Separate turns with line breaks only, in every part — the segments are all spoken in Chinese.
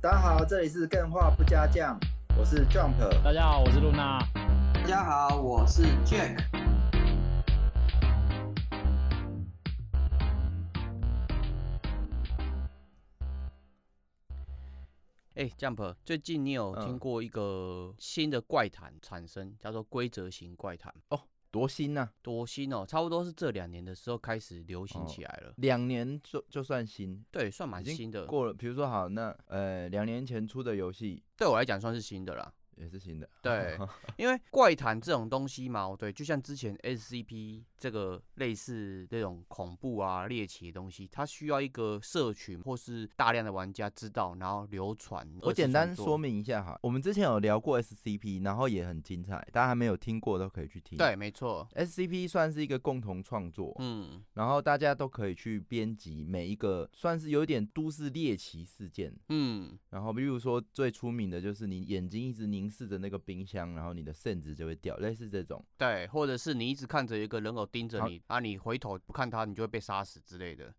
大家好，这里是更画不加酱，我是 Jump。
大家好，我是露娜。
大家好，我是 Jack。
哎、j u m p 最近你有
嗯
听过一个新的怪谈产生，叫做规则型怪谈，哦
多新呐、
多新哦，差不多是这两年的时候开始流行起来了。
两年就就算新，
对，算蛮
哦已经
新的，
过了。比如说好，那呃两年前出的游戏
对我来讲算是新的啦。
也是新的，
对，因为怪谈这种东西嘛，哦对，就像之前 SCP 这个类似这种恐怖啊、猎奇的东西，它需要一个社群或是大量的玩家知道，然后流传。
我简单说
明，
明一下哈，我们之前有聊过 SCP，然后也很精彩，大家还没有听过都可以去听。
对，没错，
，SCP 算是一个共同创作，
嗯，
然后大家都可以去编辑每一个，算是有点都市猎奇事件。
嗯，
然后比如说最出名的就是你眼睛一直凝视着那个冰箱，然后你的圣旨就会掉，类似这种。
对，或者是你一直看着一个人偶盯着
好
你，啊，你回头不看他，你就会被杀死之 类的。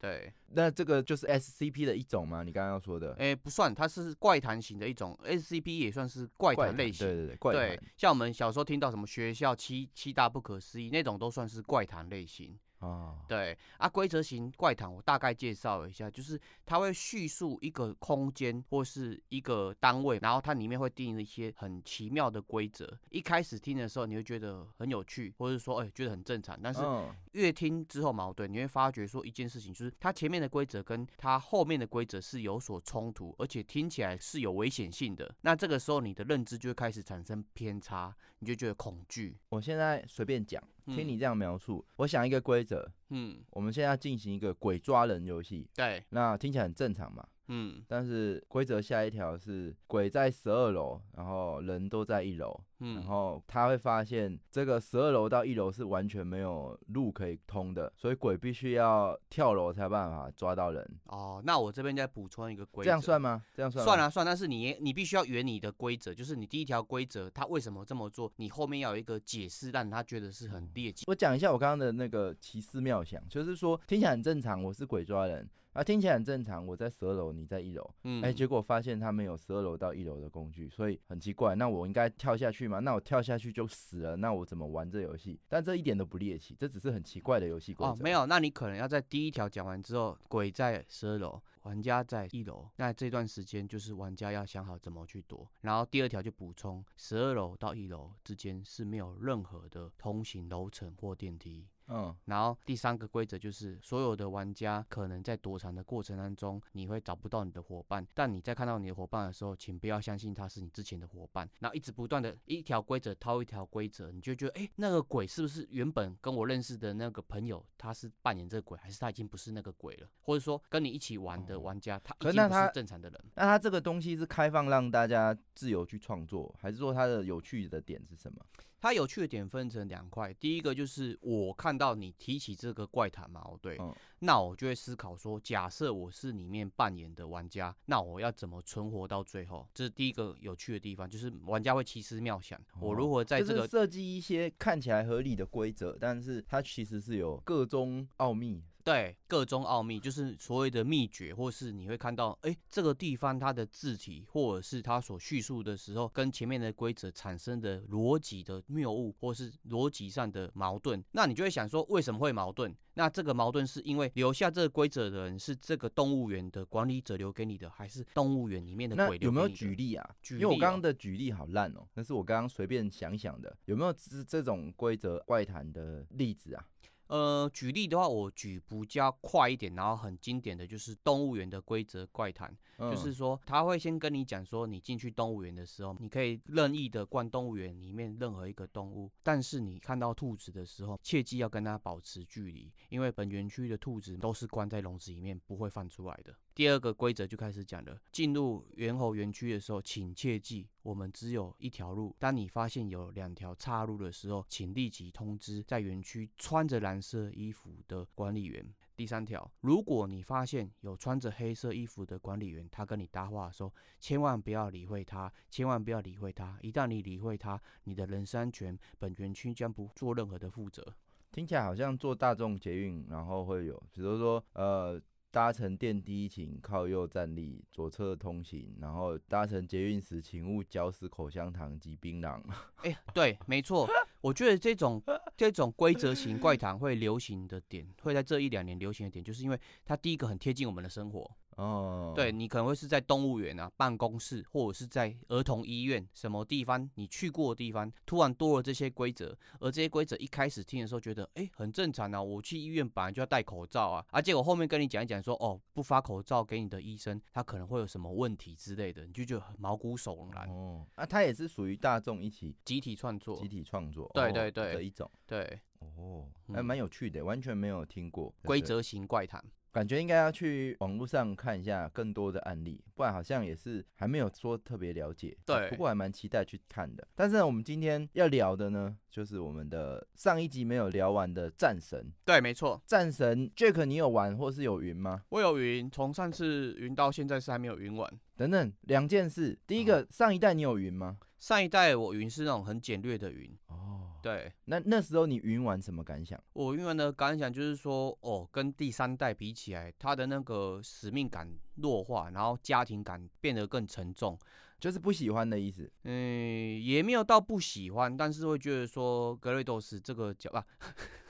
对，
那这个就是 SCP 的一种吗？你刚刚要说的
哎、不算，它是怪谈型的一种，SCP 也算是怪谈类型。
对对对，怪
对
谈，
像我们小时候听到什么学校七七大不可思议那种，都算是怪谈类型。
哦，
对啊，规则型怪谈我大概介绍一下，就是它会叙述一个空间或是一个单位，然后它里面会定一些很奇妙的规则。一开始听的时候，你会觉得很有趣，或者说哎、觉得很正常，但是
嗯
越听之后矛盾，你会发觉说一件事情，就是它前面的规则跟它后面的规则是有所冲突，而且听起来是有危险性的。那这个时候你的认知就会开始产生偏差，你就觉得恐惧。
我现在随便讲，
嗯
听你这样描述，我想一个规则，
嗯，
我们现在要进行一个鬼抓人游戏，
对，
那听起来很正常嘛。
嗯
但是规则下一条是鬼在十二楼，然后人都在一楼，然
嗯，
后他会发现这个十二楼到一楼是完全没有路可以通的，所以鬼必须要跳楼才有办法抓到人。
哦，那我这边再补充一个规则，
这样算吗？这样算吗
算。啊算，但是你你必须要圆你的规则，就是你第一条规则它为什么这么做，你后面要有一个解释，让他觉得是
哦
很猎奇。
我讲一下我刚刚的那个奇思妙想，就是说听起来很正常，我是鬼抓人啊，听起来很正常，我在十二楼，你在一楼，
嗯，
哎、结果发现他没有十二楼到一楼的工具，所以很奇怪。那我应该跳下去吗？那我跳下去就死了，那我怎么玩这游戏？但这一点都不猎奇，这只是很奇怪的游戏规则、
哦，没，有，那你可能要在第一条讲完之后，鬼在十二楼，玩家在一楼，那这段时间就是玩家要想好怎么去躲。然后第二条就补充，十二楼到一楼之间是没有任何的通行楼层或电梯。
嗯，
然后第三个规则就是，所有的玩家可能在躲藏的过程当中，你会找不到你的伙伴。但你在看到你的伙伴的时候，请不要相信他是你之前的伙伴。然后一直不断的一条规则套一条规则，你就觉得，哎，那个鬼是不是原本跟我认识的那个朋友，他是扮演这个鬼，还是他已经不是那个鬼了？或者说跟你一起玩的
哦
玩家，他
可
已
那
经不
他
是正常的人。
那它这个东西是开放让大家自由去创作，还是说它的有趣的点是什么？
它有趣的点分成两块，第一个就是我看到你提起这个怪谈嘛，哦对，
嗯
那我就会思考说，假设我是里面扮演的玩家，那我要怎么存活到最后？这是第一个有趣的地方，就是玩家会奇思妙想，我如何在这
就
个
哦是设计一些看起来合理的规则，但是它其实是有各中奥秘。
对，各中奥秘，就是所谓的秘诀，或是你会看到，哎，这个地方它的字体，或者是它所叙述的时候，跟前面的规则产生的逻辑的谬误，或是逻辑上的矛盾，那你就会想说，为什么会矛盾？那这个矛盾是因为留下这个规则的人是这个动物园的管理者留给你的，还是动物园里面的
那
鬼
有
留给你的？
没有举例啊？
举
因为我
例
刚
哦
刚的举例好烂哦，那是我刚刚随便想想的。有没有这这种规则怪谈的例子啊？
呃，举例的话，我举比较快一点，然后很经典的就是动物园的规则怪谈。
嗯
就是说他会先跟你讲说，你进去动物园的时候，你可以任意的逛动物园里面任何一个动物，但是你看到兔子的时候，切记要跟它保持距离，因为本园区的兔子都是关在笼子里面，不会放出来的。第二个规则就开始讲了，进入猿猴园区的时候，请切记，我们只有一条路。当你发现有两条岔路的时候，请立即通知在园区穿着蓝色衣服的管理员。第三条，如果你发现有穿着黑色衣服的管理员，他跟你搭话的时候，千万不要理会他，千万不要理会他。一旦你理会他，你的人身安全，本园区将不做任何的负责。
听起来好像做大众捷运，然后会有，比如说呃搭乘电梯请靠右站立，左侧通行。然后搭乘捷运时，请勿嚼食口香糖及槟榔。
哎、对，没错，我觉得这种这种规则型怪谈会流行的点，会在这一两年流行的点，就是因为它第一个很贴近我们的生活。
哦，
对，你可能会是在动物园啊、办公室，或者是在儿童医院什么地方你去过的地方，突然多了这些规则，而这些规则一开始听的时候觉得，哎、很正常啊，我去医院本来就要戴口罩啊，啊，结果后面跟你讲一讲说，哦，不发口罩给你的医生，他可能会有什么问题之类的，你就觉得很毛骨悚然，
哦，啊，它也是属于大众一起
集体创作
集，体创作，
对
哦
对对
的一种。
对，
哦，
嗯
还蛮有趣的，完全没有听过对
规
对
则型怪谈。
感觉应该要去网络上看一下更多的案例，不然好像也是还没有说特别了解。啊
对
不过还蛮期待去看的。但是呢我们今天要聊的呢，就是我们的上一集没有聊完的战神。
对，没错，
战神 Jack，你有玩或是有云吗？
我有云，从上次云到现在是还没有云完。
等等，两件事。第一个，上一代你有云吗？
上一代我云是那种很简略的云，
哦，
对，
那那时候你云玩什么感想？
我因为呢感想就是说，哦，跟第三代比起来，它的那个使命感弱化，然后家庭感变得更沉重。
就是不喜欢的意思。
嗯，也没有到不喜欢，但是会觉得说格瑞多斯这个角啊，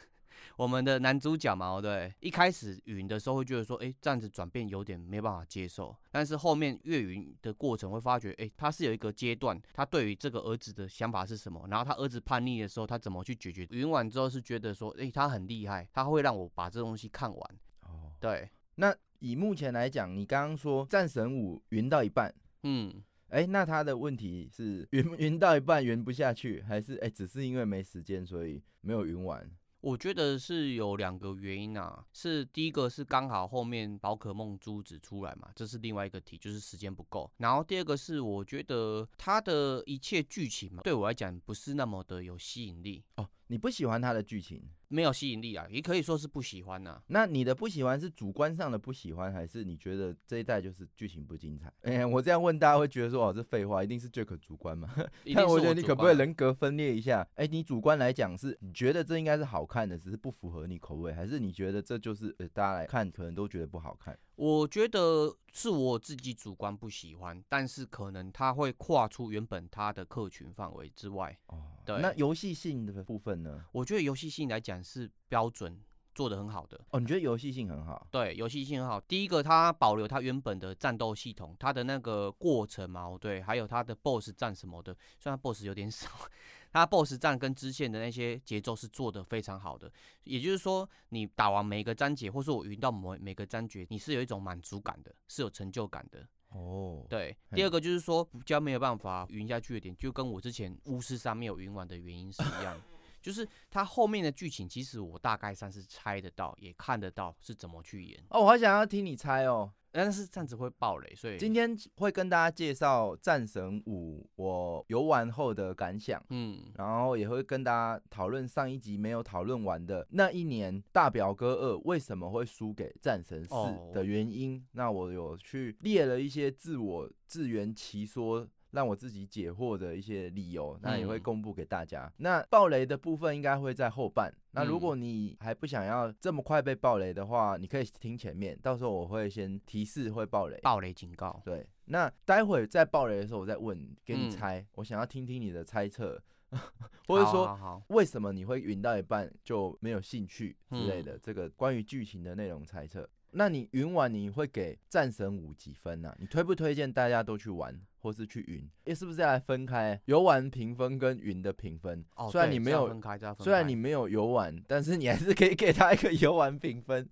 我们的男主角嘛，哦对，一开始云的时候会觉得说，哎、这样子转变有点没办法接受，但是后面越云的过程会发觉，哎、他是有一个阶段，他对于这个儿子的想法是什么，然后他儿子叛逆的时候，他怎么去解决？云完之后是觉得说，哎、他很厉害，他会让我把这东西看完，
哦，
对，
那以目前来讲，你刚刚说战神五云到一半，
嗯。
哎、那他的问题是 云云到一半云不下去，还是哎、只是因为没时间，所以没有云玩？
我觉得是有两个原因啊，是第一个是刚好后面宝可梦珠子出来嘛，这是另外一个题，就是时间不够。然后第二个是我觉得它的一切剧情嘛，对我来讲不是那么的有吸引力，
哦，你不喜欢他的剧情，
没有吸引力啊，也可以说是不喜欢呐、
那你的不喜欢是主观上的不喜欢，还是你觉得这一代就是剧情不精彩？哎、我这样问大家会觉得说哦，这废话，一定是 Jack 主观嘛？
一定
但
是
我觉得你
主
可不可
观
以
啊
人格分裂一下？哎、你主观来讲是你觉得这应该是好看的，只是不符合你口味，还是你觉得这就是呃大家来看可能都觉得不好看？
我觉得是我自己主观不喜欢，但是可能它会跨出原本它的客群范围之外。
哦，
对
那游戏性的部分呢？
我觉得游戏性来讲是标准做得很好的，
哦，你觉得游戏性很好？
对，游戏性很好。第一个，它保留它原本的战斗系统，它的那个过程嘛，哦对，还有它的 BOSS 战什么的，虽然 BOSS 有点少，它 BOSS 战跟支线的那些节奏是做的非常好的。也就是说，你打完每个章节，或是我云到某每个章节，你是有一种满足感的，是有成就感的。
哦，
对，
嘿
第二个就是说比较没有办法云下去的点，就跟我之前巫师三没有云完的原因是一样的 就是它后面的剧情，其实我大概算是猜得到，也看得到是怎么去演。
哦，我好想要听你猜哦。
但是这样子会爆雷，所以
今天会跟大家介绍《战神五》我游玩后的感想，
嗯，
然后也会跟大家讨论上一集没有讨论完的那一年大表哥二为什么会输给战神四
哦
的原因。那我有去列了一些自我自圆其说。让我自己解惑的一些理由，那也会
嗯
公布给大家。那暴雷的部分应该会在后半。那如
嗯
果你还不想要这么快被暴雷的话，你可以听前面，到时候我会先提示会暴雷。
爆雷警告，
对，那待会在爆雷的时候，我再问你，给你
嗯
猜，我想要听听你的猜测， 或者
好
说
好好
为什么你会云到一半就没有兴趣之类
嗯
的，这个关于剧情的内容猜测。那你云完你会给《战神五》几分呢、你推不推荐大家都去玩，或是去云？诶，是不是要来分开游玩评分跟云的评分？
哦，
虽然
对
你没
这要
有
分开，这要分
虽然
开
你没有游玩，但是你还是可以给他一个游玩评分。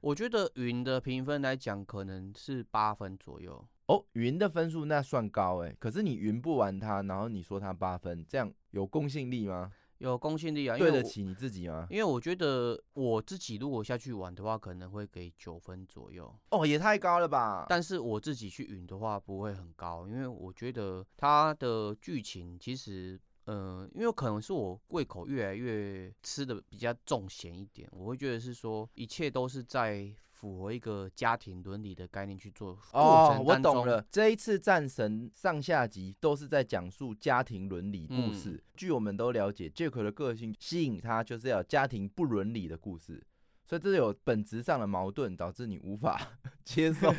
我觉得云的评分来讲，可能是八分左右，
哦，云的分数那算高哎，可是你云不完它，然后你说它八分，这样有公信力吗？
有公信力啊，因
对
为
得
我。
起你自己吗？
因为我觉得我自己如果下去玩的话，可能会给九分左右，
哦，也太高了吧！
但是我自己去云的话不会很高，因为我觉得它的剧情其实，呃，因为可能是我胃口越来越吃的比较重咸一点，我会觉得是说一切都是在符合一个家庭伦理的概念去做。过
哦，
程
我
当
懂
中，
了。这一次战神上下集都是在讲述家庭伦理故事。据我们都了解，Jack 的个性吸引他就是要有家庭不伦理的故事，所以这有本质上的矛盾，导致你无法 接 受，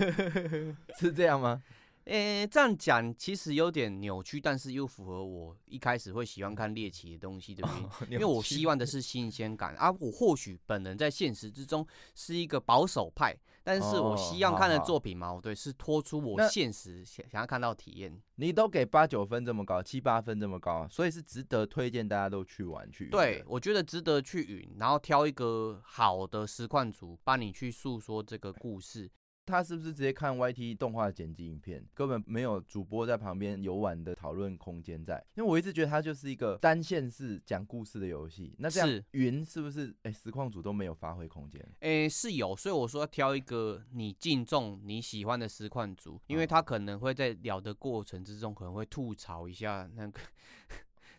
是这样吗？
诶、这样讲其实有点扭曲，但是又符合我一开始会喜欢看猎奇的东西的 原因，因为我希望的是新鲜感啊。我或许本人在现实之中是一个保守派，但是我
哦
希望
好
看的
好
作品嘛，对，是脱出我
那
现实想想要看到的体验。
你都给八九分这么高，七八分这么高啊，所以是值得推荐大家都去玩去。
对，，我觉得值得去云，然后挑一个好的实况组帮你去诉说这个故事。
他是不是直接看 YT 动画剪辑影片，根本没有主播在旁边游玩的讨论空间在？因为我一直觉得它就是一个单线式讲故事的游戏。那这
是
样云是不是哎、实况组都没有发挥空间？
诶、是有，所以我说要挑一个你敬重、你喜欢的实况组，
嗯
因为他可能会在聊的过程之中，可能会吐槽一下那个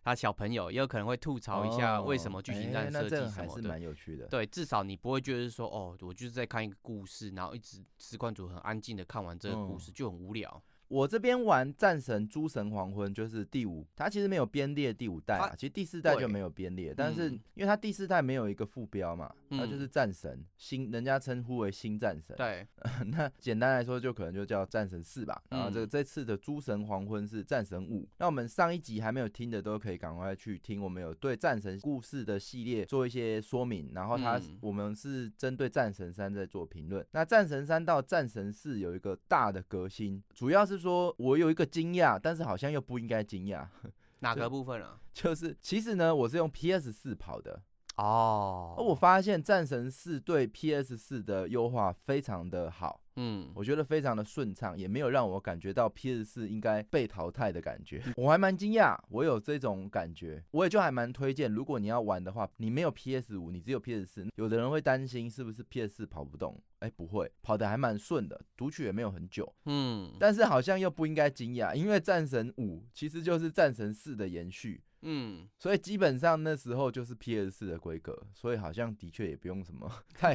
他小朋友，也有可能会吐槽一下为什么剧
哦
情
哎
上设
那这
计
样
什
还
么
是
的。
蛮有趣的。
对，至少你不会觉得说，哦，我就是在看一个故事，然后一直实况组很安静的看完这个故
嗯
事、就很无聊。
我这边玩《战神：诸神黄昏》就是第五，它其实没有编列第五代啊
它，
其实第四代
对
就没有编列，但是
嗯
因为它第四代没有一个副标嘛，它就
嗯
是战神，新人家称呼为新战神。
对，
那简单来说，就可能就叫战神四吧。然后这
嗯
这次的诸神黄昏是战神五。那我们上一集还没有听的，都可以赶快去听。我们有对战神故事的系列做一些说明，然后它、
嗯
我们是针对战神三在做评论。那战神三到战神四有一个大的革新，主要是说我有一个惊讶，但是好像又不应该惊讶，
哪
就
个部分啊？
就是其实呢，我是用 PS 四跑的，
哦，
而我发现战神四对 PS 四的优化非常的好。
嗯，
我觉得非常的顺畅，也没有让我感觉到 PS 四应该被淘汰的感觉。我还蛮惊讶，我有这种感觉，我也就还蛮推荐。如果你要玩的话，你没有 PS 五，你只有 PS 四，有的人会担心是不是 PS 四跑不动。哎，不会，跑得还蛮顺的，读取也没有很久，
嗯，
但是好像又不应该惊讶，因为战神五其实就是战神四的延续，
嗯，
所以基本上那时候就是 PS 四的规格，所以好像的确也不用什么 太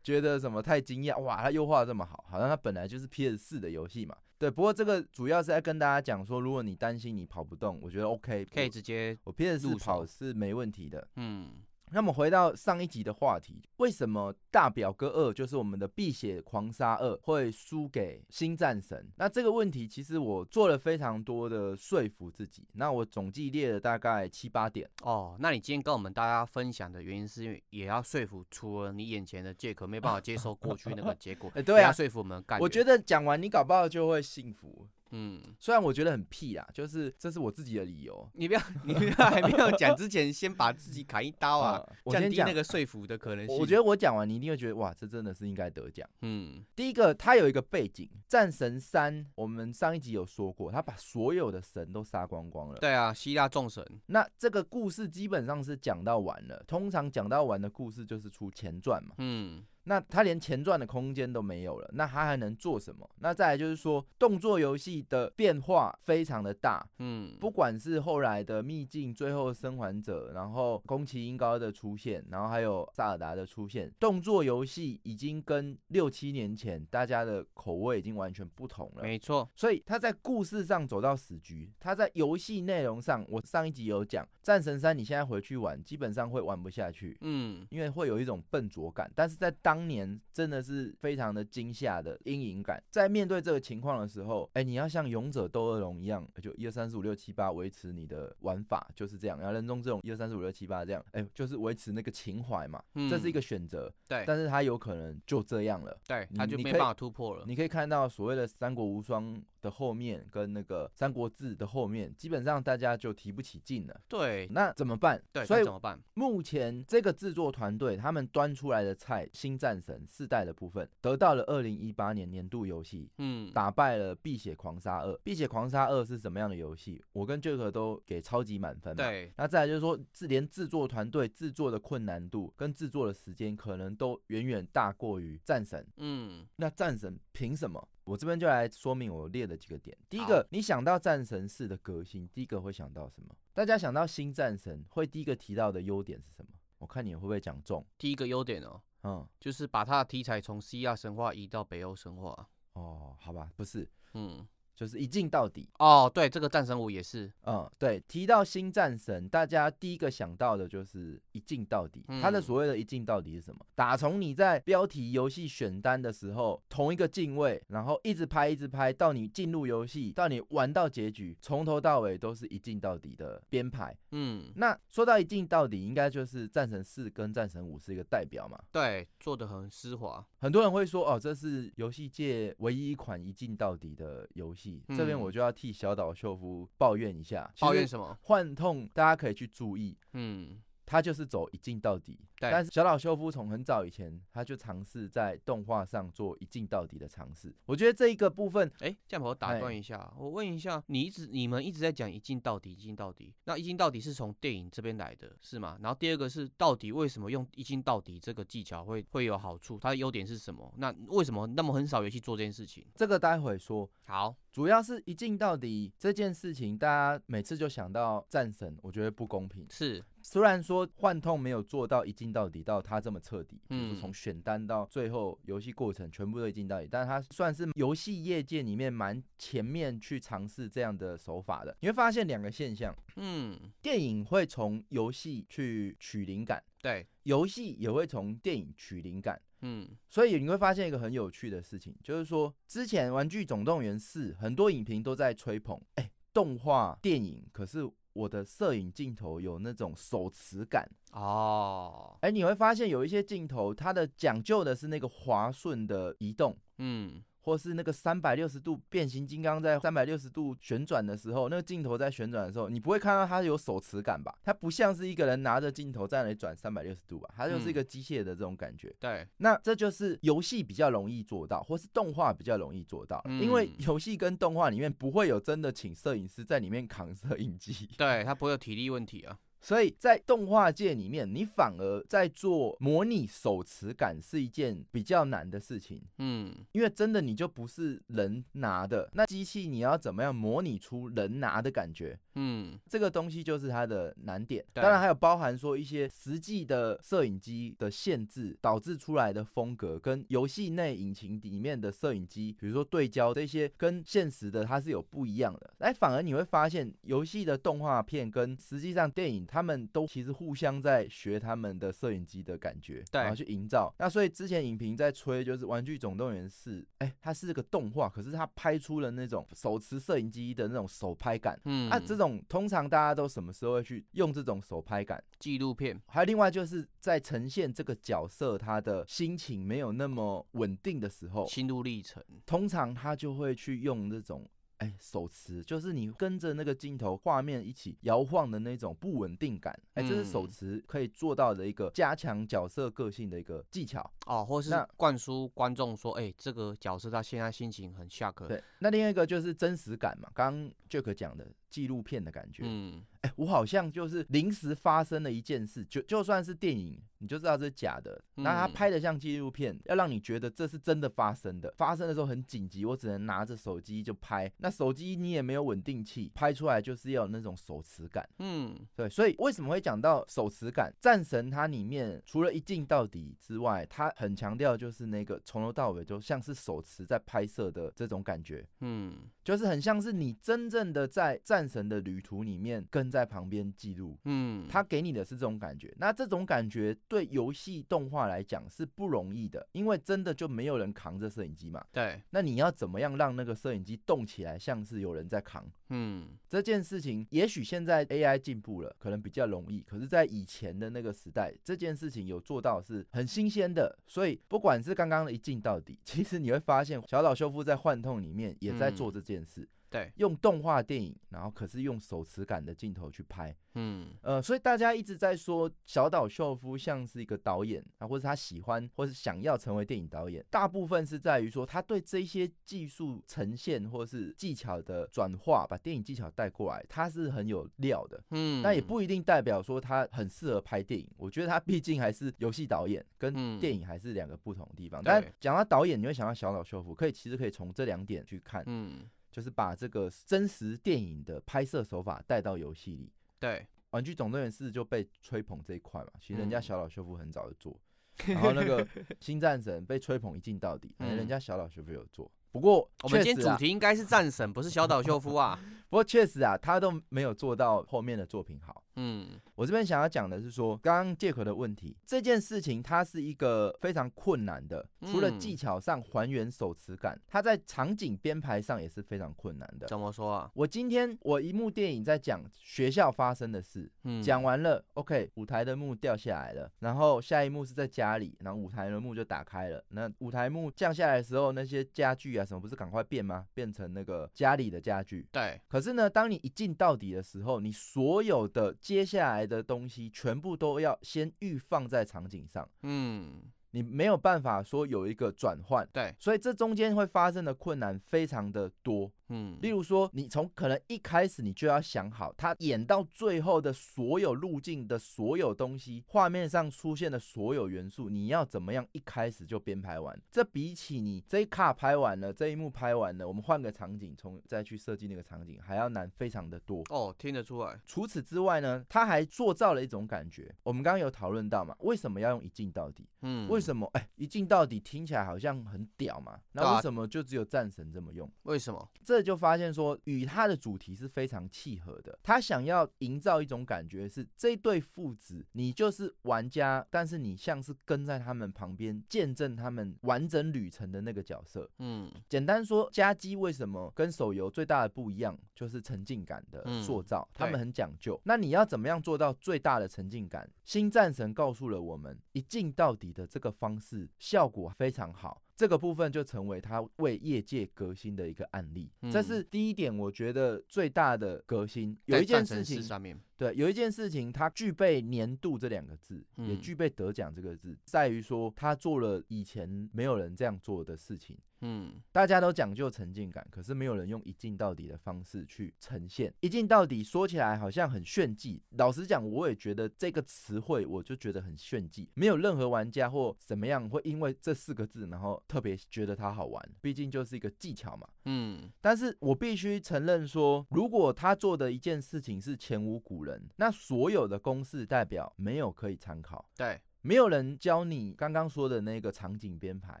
觉得什么太惊讶，哇，它优化得这么好，好像它本来就是 PS 四的游戏嘛。对，不过这个主要是在跟大家讲说，如果你担心你跑不动，我觉得 OK，
可以
我
直接，
我 PS
入
四
手
跑是没问题的。
嗯，
那么回到上一集的话题，为什么大表哥二就是我们的碧血狂杀二会输给新战神？那这个问题其实我做了非常多的说服自己，那我总计列了大概七八点。，
哦，那你今天跟我们大家分享的原因，是因为也要说服除了你眼前的杰克没办法接受过去那个结果
哎对
也
啊
要说服我们干。
我觉
得，
得讲完你搞不好就会幸福，
嗯，
虽然我觉得很屁啦，就是这是我自己的理由。
你不要，你不要还没有讲之前，先把自己砍一刀 啊，
呃我
降
先
低
讲
那，个说服的可能性。
我我觉，得我讲完你一定会觉得哇，这真的是应该得奖。
嗯，
第一个，它有一个背景，《战神三》我们上一集有说过，他把所有的神都杀光光了。
对啊，希腊众神，
那这个故事基本上是讲到完了，通常讲到完的故事就是出前传嘛。
嗯，
那他连前传的空间都没有了，那他还能做什么？那再来就是说，动作游戏的变化非常的大，
嗯，
不，管是后来的秘境、最后生还者，然后宫崎英高的出现，然后还有萨尔达的出现，动作游戏已经跟六七年前大家的口味已经完全不同了。
没错，
所以他在故事上走到死局，他在游戏内容上，我上一集有讲《战神三》，你现在回去玩，基本上会玩不下去，
嗯，
因为会有一种笨拙感，但是在当年真的是非常的惊吓的阴影感。在面对这个情况的时候，哎、你要像勇者斗恶龙一样，就一二三四五六七八维持你的玩法就是这样，然后人中这种一二三四五六七八这样，哎、就是维持那个情怀嘛，这是一个
嗯
选择，
对，
但是他有可能就这样了。
对，
你
他就
你
没
可以
办法突破了。
你可以看到所谓的《三国无双》的后面跟那个《三国志》的后面，基本上大家就提不起劲了。
对，
那怎么办？
对，
所
那
以
怎么办？
目前这个制作团队他们端出来的菜《新战神》四代的部分，得到了二零一八年年度游戏。
嗯，
打败了《碧血狂杀二》，《碧血狂杀二》是什么样的游戏？我跟 Jack 都给超级满分嘛。
对，
那再来就是说，制连制作团队制作的困难度跟制作的时间，可能都远远大过于《战神》。
嗯，
那战神凭什么？我这边就来说明我列的几个点。第一
好
个，你想到战神四的革新，第一个会想到什么？大家想到新战神，会第一个提到的优点是什么？我看你会不会讲中？
第一个优点哦，
嗯，
就是把它的题材从希腊神话移到北欧神话。
哦，好吧，不是，
嗯，
就是一镜到底。
哦，对，这个战神五也是，
嗯，对，提到新战神，大家第一个想到的就是一镜到底。它的
嗯
所谓的一镜到底是什么？打从你在标题游戏选单的时候，同一个镜位，然后一直拍一直拍，到你进入游戏，到你玩到结局，从头到尾都是一镜到底的编排。
嗯，
那说到一镜到底，应该就是战神四跟战神五是一个代表嘛？
对，做的很丝滑，
很多人会说，哦，这是游戏界唯一一款一镜到底的游戏。这边
嗯
我就要替小岛秀夫抱怨一下，
抱怨
么？
什么？
幻痛大家可以去注意，
嗯，
他就是走一镜到底。
对
但是小岛秀夫从很早以前他就尝试在动画上做一镜到底的尝试。我觉得这一个部分，
哎，这样我打
哎
断一下，啊我问一下，你一直你们一直在讲一镜到底，一镜到底，那一镜到底是从电影这边来的，是吗？然后第二个是，到底为什么用一镜到底这个技巧会会有好处？它的优点是什么？那为什么那么很少游戏做这件事情？
这个待会说。
好，
主要是一镜到底这件事情，大家每次就想到战神，我觉得不公平。
是，
虽然说幻痛没有做到一镜到底到他这么彻底，
嗯
就是从选单到最后游戏过程全部都一镜到底，但他算是游戏业界里面蛮前面去尝试这样的手法的。你会发现两个现象，
嗯，
电影会从游戏去取灵感，
对，
游戏也会从电影取灵感。
嗯，
所以你会发现一个很有趣的事情，就是说之前《玩具总动员四》很多影评都在吹捧，哎、动画电影，可是我的摄影镜头有那种手持感。
哦，
哎、你会发现有一些镜头，它的讲究的是那个滑顺的移动。
嗯，
或是那个三百六十度变形金刚在三百六十度旋转的时候，那个镜头在旋转的时候，你不会看到它有手持感吧？它不像是一个人拿着镜头在那里转三百六十度吧？它就是一个机械的这种感觉。
对，
那这就是游戏比较容易做到，或是动画比较容易做到，
嗯
因为游戏跟动画里面不会有真的请摄影师在里面扛摄影机。
对，它不会有体力问题啊。
所以在动画界里面，你反而在做模拟手持感是一件比较难的事情。
嗯，
因为真的你就不是人拿的，那机器你要怎么样模拟出人拿的感觉？
嗯，
这个东西就是它的难点。
对
当然还有包含说一些实际的摄影机的限制导致出来的风格，跟游戏内引擎里面的摄影机，比如说对焦这些，跟现实的它是有不一样的。哎，反而你会发现游戏的动画片跟实际上电影，他们都其实互相在学他们的摄影机的感觉，
对
然后去营造。那所以之前影评在吹就是《玩具总动员四》，哎，它是个动画，可是它拍出了那种手持摄影机的那种手拍感。
嗯，
啊，这种通常大家都什么时候会去用这种手拍感？
纪录片，
还有另外就是在呈现这个角色他的心情没有那么稳定的时候，
心路历程，
通常他就会去用这种哎手持，就是你跟着那个镜头画面一起摇晃的那种不稳定感，哎，这是手
嗯
持可以做到的一个加强角色个性的一个技巧。
哦，或是
那
灌输观众说，哎、这个角色他现在心情很下课。，
对，那另外一个就是真实感嘛，刚刚 Jack 讲的纪录片的感觉，
嗯，
哎、我好像就是临时发生了一件事，就就算是电影，你就知道这是假的。那他
嗯
拍的像纪录片，要让你觉得这是真的发生的。发生的时候很紧急，我只能拿着手机就拍。那手机你也没有稳定器，拍出来就是要有那种手持感。
嗯，
对，所以为什么会讲到手持感？战神它里面除了一镜到底之外，它很强调就是那个从头到尾就像是手持在拍摄的这种感觉。
嗯，
就是很像是你真正的在战神的旅途里面跟在旁边记录，
嗯，
它给你的是这种感觉。那这种感觉对游戏动画来讲是不容易的，因为真的就没有人扛着摄影机嘛。
对，
那你要怎么样让那个摄影机动起来，像是有人在扛？
嗯，
这件事情，也许现在 AI 进步了，可能比较容易。可是，在以前的那个时代，这件事情有做到是很新鲜的。所以，不管是刚刚的一镜到底，其实你会发现，小岛修复在《幻痛》里面也在做
嗯
这件事，
对，
用动画电影，然后可是用手持感的镜头去拍。
嗯，
呃，所以大家一直在说小岛秀夫像是一个导演啊，或者他喜欢或是想要成为电影导演，大部分是在于说他对这些技术呈现或是技巧的转化，把电影技巧带过来，他是很有料的。
嗯，
那也不一定代表说他很适合拍电影，我觉得他毕竟还是游戏导演，跟
嗯
电影还是两个不同的地方。
对
但讲到导演，你会想到小岛秀夫，可以其实可以从这两点去看，
嗯，
就是把这个真实电影的拍摄手法带到游戏里。
对，
《玩具总动员四》就被吹捧这一块嘛，其实人家
嗯
小岛秀夫很 早就做，然后那个《新战神》被吹捧一镜到底，可能人
嗯
家小岛秀夫有做，不过
我们
确
今天
实
主
啊，
题应该是战神，不是小岛秀 夫啊。
不过确实啊，他都没有做到后面的作品好。
嗯，
我这边想要讲的是说，刚刚借口的问题这件事情，它是一个非常困难的，除了
嗯
技巧上还原手持感，它在场景编排上也是非常困难的。
怎么说啊？
我今天我一幕电影在讲学校发生的事，
嗯，
讲完了，OK，舞台的幕掉下来了，然后下一幕是在家里，然后舞台的幕就打开了。那舞台幕降下来的时候，那些家具啊什么不是赶快变吗？变成那个家里的家具。
对，
可是呢，当你一进到底的时候，你所有的接下来的东西全部都要先预放在场景上，
嗯，
你没有办法说有一个转换，
对，
所以这中间会发生的困难非常的多。
嗯，
例如说，你从可能一开始你就要想好，他演到最后的所有路径的所有东西，画面上出现的所有元素，你要怎么样一开始就编排完？这比起你这一卡拍完了，这一幕拍完了，我们换个场景，从再去设计那个场景，还要难非常的多。
哦，听得出来，
除此之外呢，他还塑造了一种感觉。我们刚刚有讨论到嘛，为什么要用一镜到底？
嗯，
为什么？哎，一镜到底听起来好像很屌嘛，
对
那
啊
为什么就只有战神这么用？
为什么？
这就发现说，与他的主题是非常契合的。他想要营造一种感觉是，这对父子，你就是玩家，但是你像是跟在他们旁边，见证他们完整旅程的那个角色。
嗯
简单说，家机为什么跟手游最大的不一样，就是沉浸感的
嗯
塑造，他
对
们很讲究。那你要怎么样做到最大的沉浸感？新战神告诉了我们，一镜到底的这个方式效果非常好。这个部分就成为他为业界革新的一个案例，
嗯
这是第一点，我觉得最大的革新。有
在
一件
战神
事
四
情，
上面，
对，有一件事情，它具备年度这两个字，也
嗯
具备得奖这个字，在于说他做了以前没有人这样做的事情。
嗯
大家都讲究沉浸感，可是没有人用一镜到底的方式去呈现。一镜到底说起来好像很炫技，老实讲，我也觉得这个词汇我就觉得很炫技，没有任何玩家或怎么样会因为这四个字然后特别觉得它好玩，毕竟就是一个技巧嘛。
嗯，
但是我必须承认说，如果他做的一件事情是前无古人，那所有的公式代表没有可以参考。
对，
没有人教你刚刚说的那个场景编排，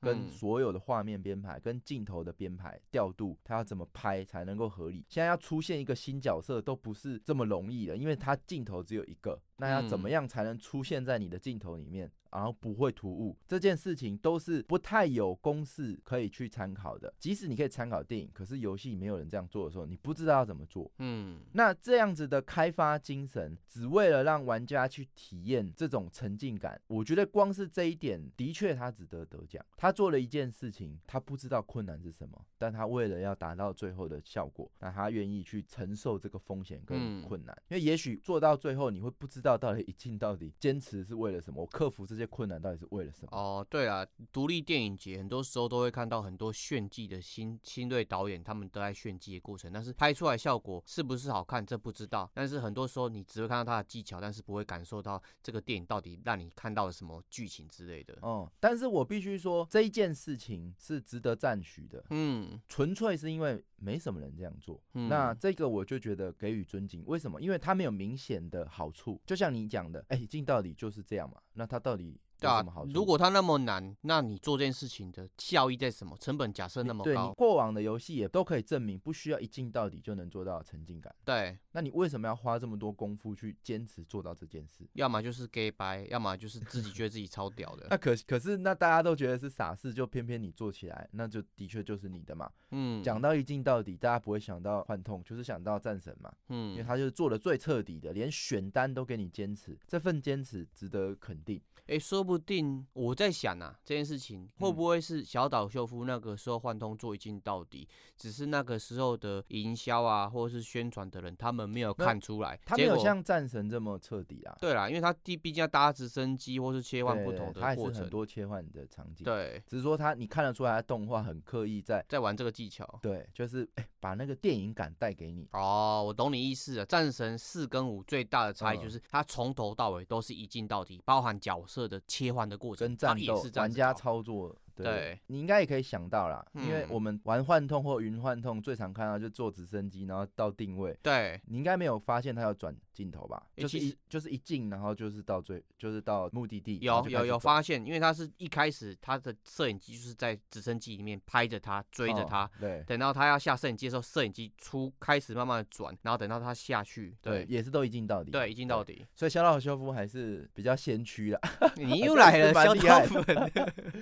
跟
嗯
所有的画面编排，跟镜头的编排、调度，它要怎么拍才能够合理。现在要出现一个新角色都不是这么容易的，因为它镜头只有一个，那要怎么
嗯
样才能出现在你的镜头里面，然后不会突兀？这件事情都是不太有公式可以去参考的。即使你可以参考电影，可是游戏没有人这样做的时候，你不知道要怎么做。
嗯
那这样子的开发精神，只为了让玩家去体验这种沉浸感，我觉得光是这一点，的确他值得得奖。他做了一件事情，他不知道困难是什么，但他为了要达到最后的效果，那他愿意去承受这个风险跟
嗯
困难。因为也许做到最后，你会不知道到底一进到底坚持是为了什么，我克服这些困难到底是为了什么。
哦，对啊，独立电影节很多时候都会看到很多炫技的新新锐导演，他们都在炫技的过程，但是拍出来效果是不是好看，这不知道。但是很多时候你只会看到他的技巧，但是不会感受到这个电影到底让你看到了什么剧情之类的。
哦、但是我必须说这一件事情是值得赞许的，
嗯
纯粹是因为没什么人这样做。
嗯
那这个我就觉得给予尊敬，为什么？因为它没有明显的好处，就像你讲的，哎、一镜到底就是这样嘛。那它到底有
对啊
什么好，处？
如果它那么难，那你做这件事情的效益在什么？成本假设
你
那么
对你
高，
过往的游戏也都可以证明，不需要一镜到底就能做到沉浸感。
对，
那你为什么要花这么多功夫去坚持做到这件事？
要么就是 gay 白，要么就是自己觉得自己超屌
那
的。
可可是那大家都觉得是傻事，就偏偏你做起来，那就的确就是你的嘛。
嗯，
讲到一镜到底，大家不会想到幻痛，就是想到战神嘛。因为
嗯，
他就是做的最彻底的，连选单都给你坚持，这份坚持值得肯定。
哎、说不定我在想啊，这件事情
嗯
会不会是小岛秀夫那个时候幻通做一镜到底，只是那个时候的营销啊，或者是宣传的人，他们没有
那
看出来，
他没
结
有
果
像战神这么彻底啊，
对啦，因为他第毕竟要搭直升机或是切
对
换不同
他
的
还是
过
很
程，
多切换的场景，，
对，
只是说他你看得出来，他动画很刻意在，
在玩这个技巧。
对，就是哎、把那个电影感带给你。
哦，我懂你意思了。战神四跟五最大的差异就
嗯
是，它从头到尾都是一镜到底，包含角色的切换的过程，
跟
它
战
也
斗
是这样
玩
子
家
搞
操作对，
对
你应该也可以想到啦，因为
嗯
我们玩幻痛或云幻痛最常看到就坐直升机，然后到定位。
对，
你应该没有发现它要转镜头吧？
诶
就是
其
一
实
就是一进，然后就是到最就是到目的地。然后就
有
开
有
始
有
走
发现，因为他是一开始他的摄影机就是在直升机里面拍着他，追着
哦
他。
对
等到他要下摄影机的时候，摄影机出开始慢慢的转，然后等到他下去，
对，
对
也是都一镜到底。
对，一镜到底。
所以小岛修夫还是比较先驱啦。
你又来了，
蛮
肖
厉
道
害的
粉。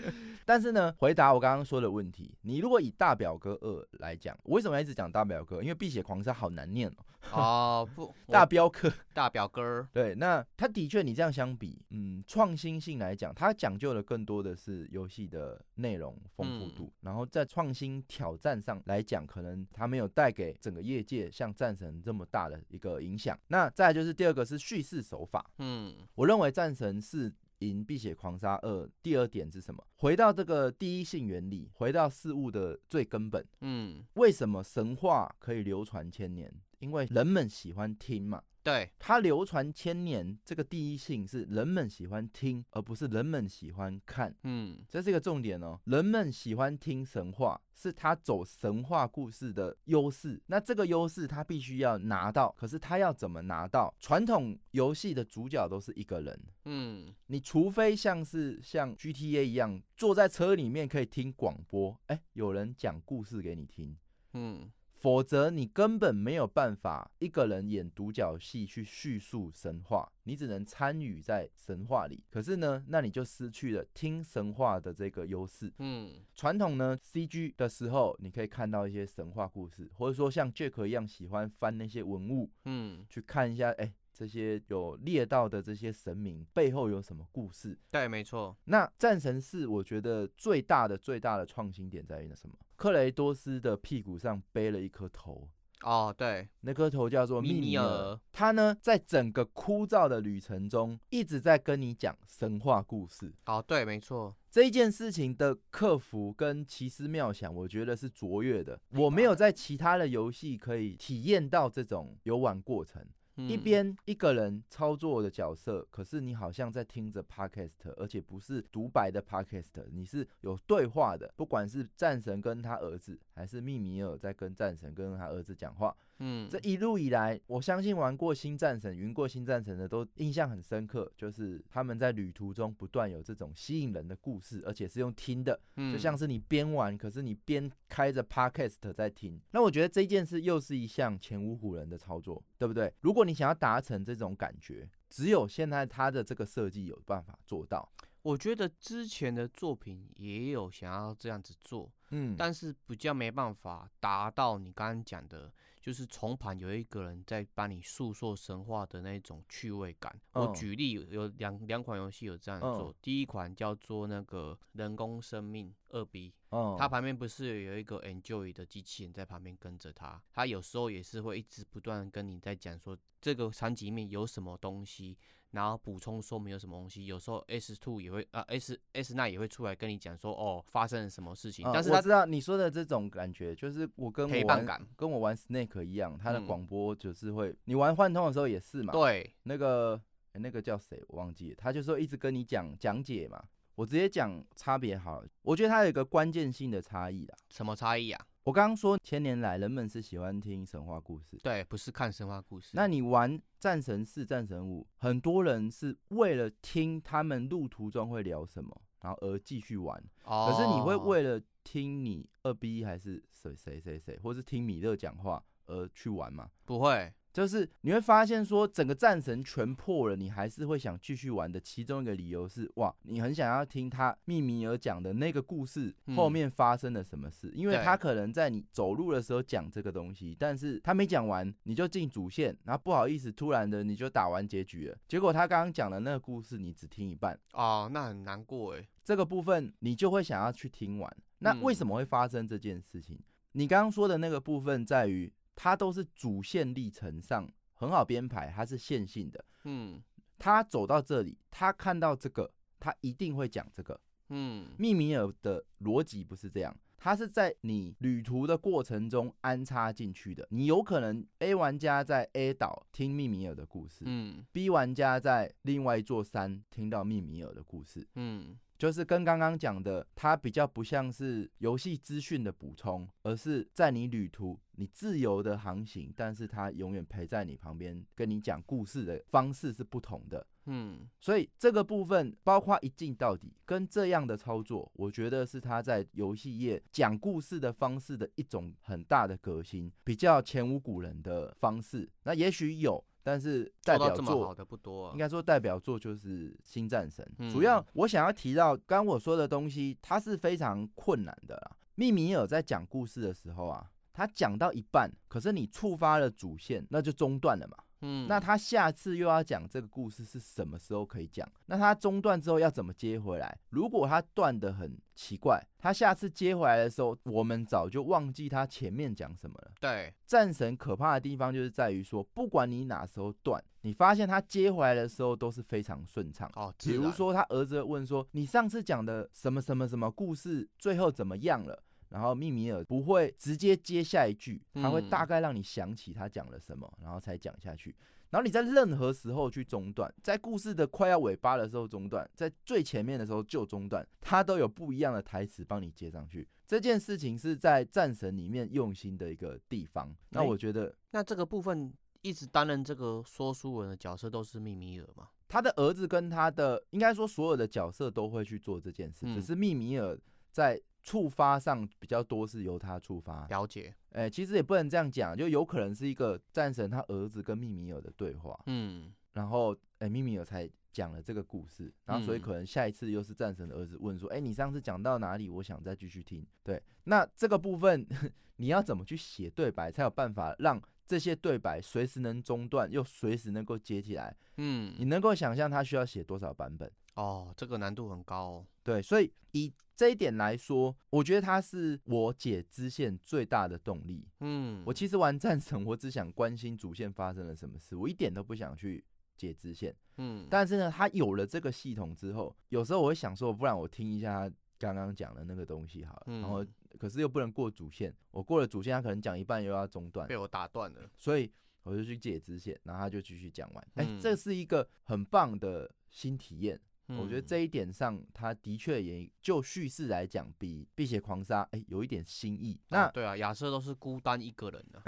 但是呢，回答我刚刚说的问题，你如果以大表哥二来讲，我为什么要一直讲大表哥？因为《碧血狂杀》好难念哦，
哦， 不，我
大镖客。
大表哥儿，
对，那他的确，你这样相比，嗯，创新性来讲，它讲究的更多的是游戏的内容丰富
嗯
度，然后在创新挑战上来讲，可能它没有带给整个业界像战神这么大的一个影响。那再来就是第二个是叙事手法，
嗯，
我认为战神是赢《碧血狂杀二》第二点是什么？回到这个第一性原理，回到事物的最根本。
嗯，
为什么神话可以流传千年？因为人们喜欢听嘛。
对，
它流传千年，这个第一性是人们喜欢听，而不是人们喜欢看。
嗯，
这是一个重点哦，人们喜欢听神话，是他走神话故事的优势。那这个优势他必须要拿到，可是他要怎么拿到？传统游戏的主角都是一个人，
嗯，
你除非像是像 GTA 一样，坐在车里面可以听广播，哎，有人讲故事给你听，
嗯，
否则你根本没有办法一个人演独角戏去叙述神话，你只能参与在神话里。可是呢，那你就失去了听神话的这个优势。
嗯，
传统呢，CG 的时候，你可以看到一些神话故事，或者说像 Jack 一样喜欢翻那些文物
嗯，
去看一下，哎，这些有列到的这些神明背后有什么故事。
对，没错，
那战神四，我觉得最大的最大的创新点在于那什么？克雷多斯的屁股上背了一颗头，
哦，对，
那颗头叫做密
米米
尼
尔
尔。他呢，在整个枯燥的旅程中，一直在跟你讲神话故事。
哦，对，没错，
这一件事情的克服跟奇思妙想，我觉得是卓越的。我没有在其他的游戏可以体验到这种游玩过程。一
嗯，
边一个人操作的角色，可是你好像在听着 podcast，而且不是独白的 podcast，你是有对话的，不管是战神跟他儿子，还是密米尔在跟战神跟他儿子讲话。
嗯，
这一路以来，我相信玩过新战神、云过新战神的都印象很深刻，就是他们在旅途中不断有这种吸引人的故事，而且是用听的，
嗯，
就像是你边玩，可是你边开着 podcast 在听。那我觉得这件事又是一项前无古人的操作，对不对？如果你想要达成这种感觉，只有现在它的这个设计有办法做到。
我觉得之前的作品也有想要这样子做，
嗯，
但是比较没办法达到你刚刚讲的，就是重盘有一个人在帮你诉说神话的那种趣味感。我
嗯
举例有有两两款游戏有这样
嗯
做，第一款叫做那个人工生命二 B，
哦
它旁边不是有一个 Enjoy 的机器人在旁边跟着它，它有时候也是会一直不断跟你在讲说这个场景里面有什么东西，然后补充说明有什么东西。有时候 S Two 也会啊 S S 那也会出来跟你讲说哦发生了什么事情，
嗯
但是
我
它
知道你说的这种感觉，就是我跟我
陪伴
玩
感
跟我玩 Snake 一样，它的
嗯
广播就是会，你玩幻通的时候也是嘛，
对
那个诶那个叫谁我忘记了，他就说一直跟你讲讲解嘛，我直接讲差别好了，我觉得它有一个关键性的差异啦。
什么差异啊？
我刚刚说千年来人们是喜欢听神话故事，
对，不是看神话故事。
那你玩战神四、战神五，很多人是为了听他们路途中会聊什么，然后而继续玩。
哦，
可是你会为了听你二 B 还是谁谁谁谁，或是听米勒讲话而去玩吗？
不会？
就是你会发现说，整个战神全破了，你还是会想继续玩的。其中一个理由是，哇，你很想要听他密米尔讲的那个故事
嗯
后面发生了什么事，因为
对
他可能在你走路的时候讲这个东西，但是他没讲完，你就进主线，然后不好意思，突然的你就打完结局了。结果他刚刚讲的那个故事，你只听一半，
哦，那很难过哎。
这个部分你就会想要去听完。那为什么会发生这件事情？你刚刚说的那个部分在于，它都是主线历程上很好编排，它是线性的。
嗯
他走到这里，他看到这个，他一定会讲这个。
嗯
密米尔的逻辑不是这样，它是在你旅途的过程中安插进去的。你有可能 A 玩家在 A 岛听密米尔的故事、
嗯
b 玩家在另外一座山听到密米尔的故事。
嗯
就是跟刚刚讲的，它比较不像是游戏资讯的补充，而是在你旅途你自由的航行，但是它永远陪在你旁边，跟你讲故事的方式是不同的。
嗯，
所以这个部分，包括一镜到底跟这样的操作，我觉得是他在游戏业讲故事的方式的一种很大的革新，比较前无古人的方式。那也许有，但是代
做到
表
这么好
作。
的不多、啊，
应该说代表作就是《新战神》
嗯
主要我想要提到，刚刚我说的东西，它是非常困难的啦。密米尔在讲故事的时候啊，他讲到一半，可是你触发了主线，那就中断了嘛。
嗯，
那他下次又要讲这个故事是什么时候可以讲？那他中断之后要怎么接回来？如果他断的很奇怪，他下次接回来的时候，我们早就忘记他前面讲什么了。
对，
战神可怕的地方就是在于说，不管你哪时候断，你发现他接回来的时候都是非常顺畅。
哦，自
比如
然，
说，他儿子会问说：“你上次讲的什么什么什么故事，最后怎么样了？”然后密米尔不会直接接下一句，他会
嗯
大概让你想起他讲了什么，然后才讲下去。然后你在任何时候去中断，在故事的快要尾巴的时候中断，在最前面的时候就中断，他都有不一样的台词帮你接上去。这件事情是在战神里面用心的一个地方。那
哎
我觉得
那这个部分一直担任这个说书人的角色都是密米尔嘛？
他的儿子跟他的，应该说所有的角色都会去做这件事，
嗯
只是密米尔在触发上比较多是由他触发。
了解，
哎、其实也不能这样讲，就有可能是一个战神他儿子跟密米尔的对话，
嗯，
然后哎、密米尔才讲了这个故事，然后所以
嗯
可能下一次又是战神的儿子问说，哎、你上次讲到哪里？我想再继续听。对，那这个部分 你要怎么去写对白，才有办法让这些对白随时能中断，又随时能够接起来？你
嗯，
能够想象他需要写多少版本？
哦，这个难度很高哦。
对，所以以这一点来说，我觉得他是我解支线最大的动力。
嗯，
我其实玩战神，我只想关心主线发生了什么事，我一点都不想去解支线。
嗯，
但是呢，他有了这个系统之后，有时候我会想说，不然我听一下他刚刚讲的那个东西好了，然后
嗯
可是又不能过主线，我过了主线，他可能讲一半又要中断
被，我打断了。
所以我就去解支线，然后他就继续讲完。哎、
嗯
这是一个很棒的新体验。我觉得
嗯
这一点上，它的确也就叙事来讲，比《碧血狂杀》哎有一点新意。那、
哦对啊，亚瑟都是孤单一个人啊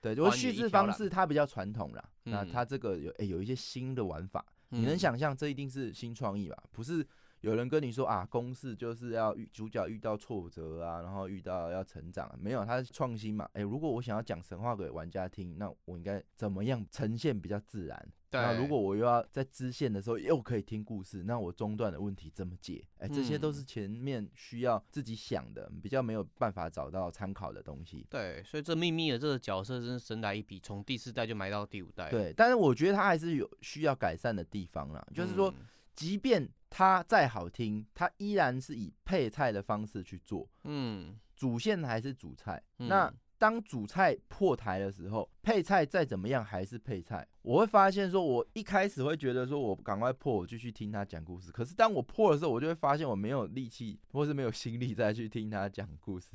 的、
对，我
还原
叙
哦一
事
条
方
啦
式它比较传统啦，那
嗯
它这个有哎有一些新的玩法，你能
嗯
想象这一定是新创意吧？不是有人跟你说啊，公式就是要遇主角遇到挫折啊，然后遇到要成长啊，没有，它是创新嘛。哎，如果我想要讲神话给玩家听，那我应该怎么样呈现比较自然？
对，
那如果我又要在支线的时候又可以听故事，那我中断的问题怎么解？哎、这些都
嗯
是前面需要自己想的，比较没有办法找到参考的东西。
对，所以这秘密的这个角色真是神来一笔，从第四代就埋到第五代。，
对，但是我觉得它还是有需要改善的地方啦。就是
嗯
说，即便它再好听，它依然是以配菜的方式去做，
嗯，
主线还是主菜。
嗯，
那当主菜破台的时候，配菜再怎么样还是配菜。我会发现说，我一开始会觉得说我赶快破，我就去听他讲故事。可是当我破的时候，我就会发现我没有力气，或是没有心力再去听他讲故事。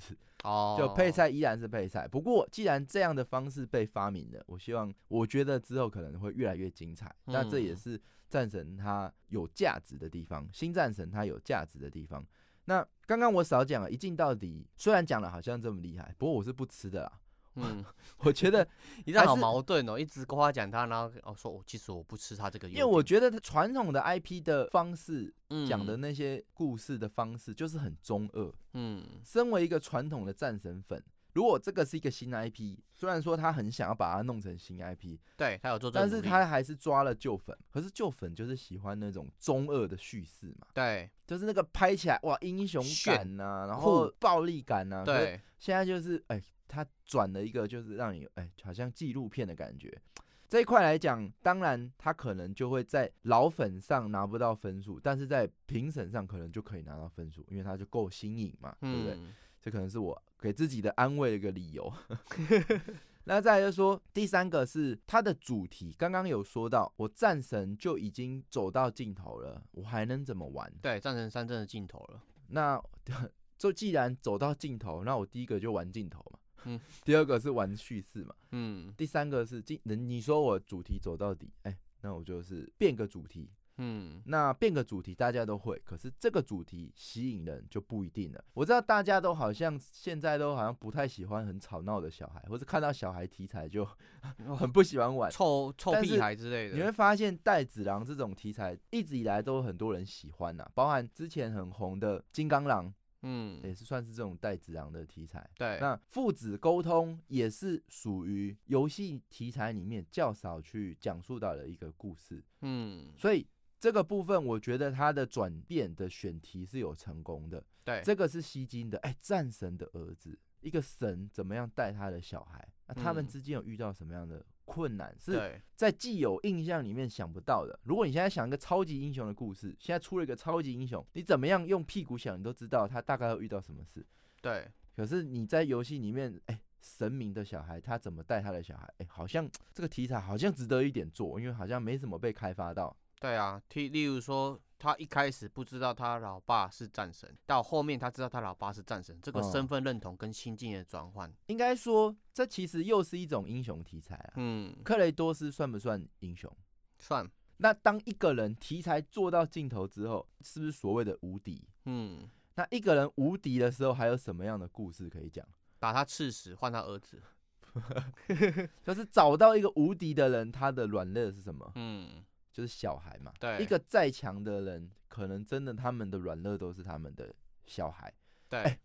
哦，
就配菜依然是配菜。不过既然这样的方式被发明了，我希望我觉得之后可能会越来越精彩。那这也
嗯
是战神它有价值的地方，新战神它有价值的地方。那刚刚我少讲了，一镜到底，虽然讲的好像这么厉害，不过我是不吃的啦。
嗯，
我觉得，
你这样
还
好
是
矛盾哦，一直夸奖他，然后哦说我其实我不吃他这个优
因
点，
为我觉得它传统的 IP 的方式
我
讲的那些故事的方式就是很中二，
嗯
身为一个传统的战神粉，如果这个是一个新 IP，虽然说他很想要把它弄成新 IP，
对他有做这个
但
努
是
力，
他还是抓了旧粉。可是旧粉就是喜欢那种中二的叙事嘛，
对
就是那个拍起来哇英雄感
炫
呐、然后暴力感呐、可是
对
现在就是哎，他转了一个就是让你哎好像纪录片的感觉。这一块来讲，当然他可能就会在老粉上拿不到分数，但是在评审上可能就可以拿到分数，因为他就够新颖嘛，对不对？
嗯
这可能是我给自己的安慰的一个理由。 那再来就是说，第三个是它的主题，刚刚有说到，我战神就已经走到尽头了，我还能怎么玩？
对战神三真的尽头了，
那 就既然走到尽头，那我第一个就玩尽头嘛，
嗯
第二个是玩叙事嘛，
嗯
第三个是尽，你你说我主题走到底，哎、那我就是变个主题，
嗯，
那变个主题大家都会，可是这个主题吸引人就不一定了。我知道大家都好像现在都好像不太喜欢很吵闹的小孩，或是看到小孩题材就 很不喜欢玩。
哦臭臭
但
屁
是
孩之类的。
你会发现带子狼这种题材一直以来都有很多人喜欢呐、包含之前很红的金刚狼也
嗯，
是算是这种带子狼的题材。
对，
那父子沟通也是属于游戏题材里面较少去讲述到的一个故事。
嗯，
所以这个部分，我觉得它的转变的选题是有成功的。
对，
这个是吸金的，哎、战神的儿子，一个神怎么样带他的小孩？那、他们
嗯
之间有遇到什么样的困难？是
对，
在既有印象里面想不到的。如果你现在想一个超级英雄的故事，现在出了一个超级英雄，你怎么样用屁股想，你都知道他大概会遇到什么事。
对，
可是你在游戏里面，哎、神明的小孩他怎么带他的小孩？哎、好像这个题材好像值得一点做，因为好像没什么被开发到。
对啊，例例如说，他一开始不知道他老爸是战神，到后面他知道他老爸是战神，这个
嗯
身份认同跟心境的转换，
应该说，这其实又是一种英雄题材啊。
嗯，
克雷多斯算不算英雄？
算，
那当一个人题材做到尽头之后，是不是所谓的无敌？
嗯，
那一个人无敌的时候，还有什么样的故事可以讲？
把他刺死，换他儿子，
就是找到一个无敌的人，他的软肋是什么？
嗯，
就是小孩嘛。
对
一个再强的人，可能真的他们的软肋都是他们的小孩。
对，
哎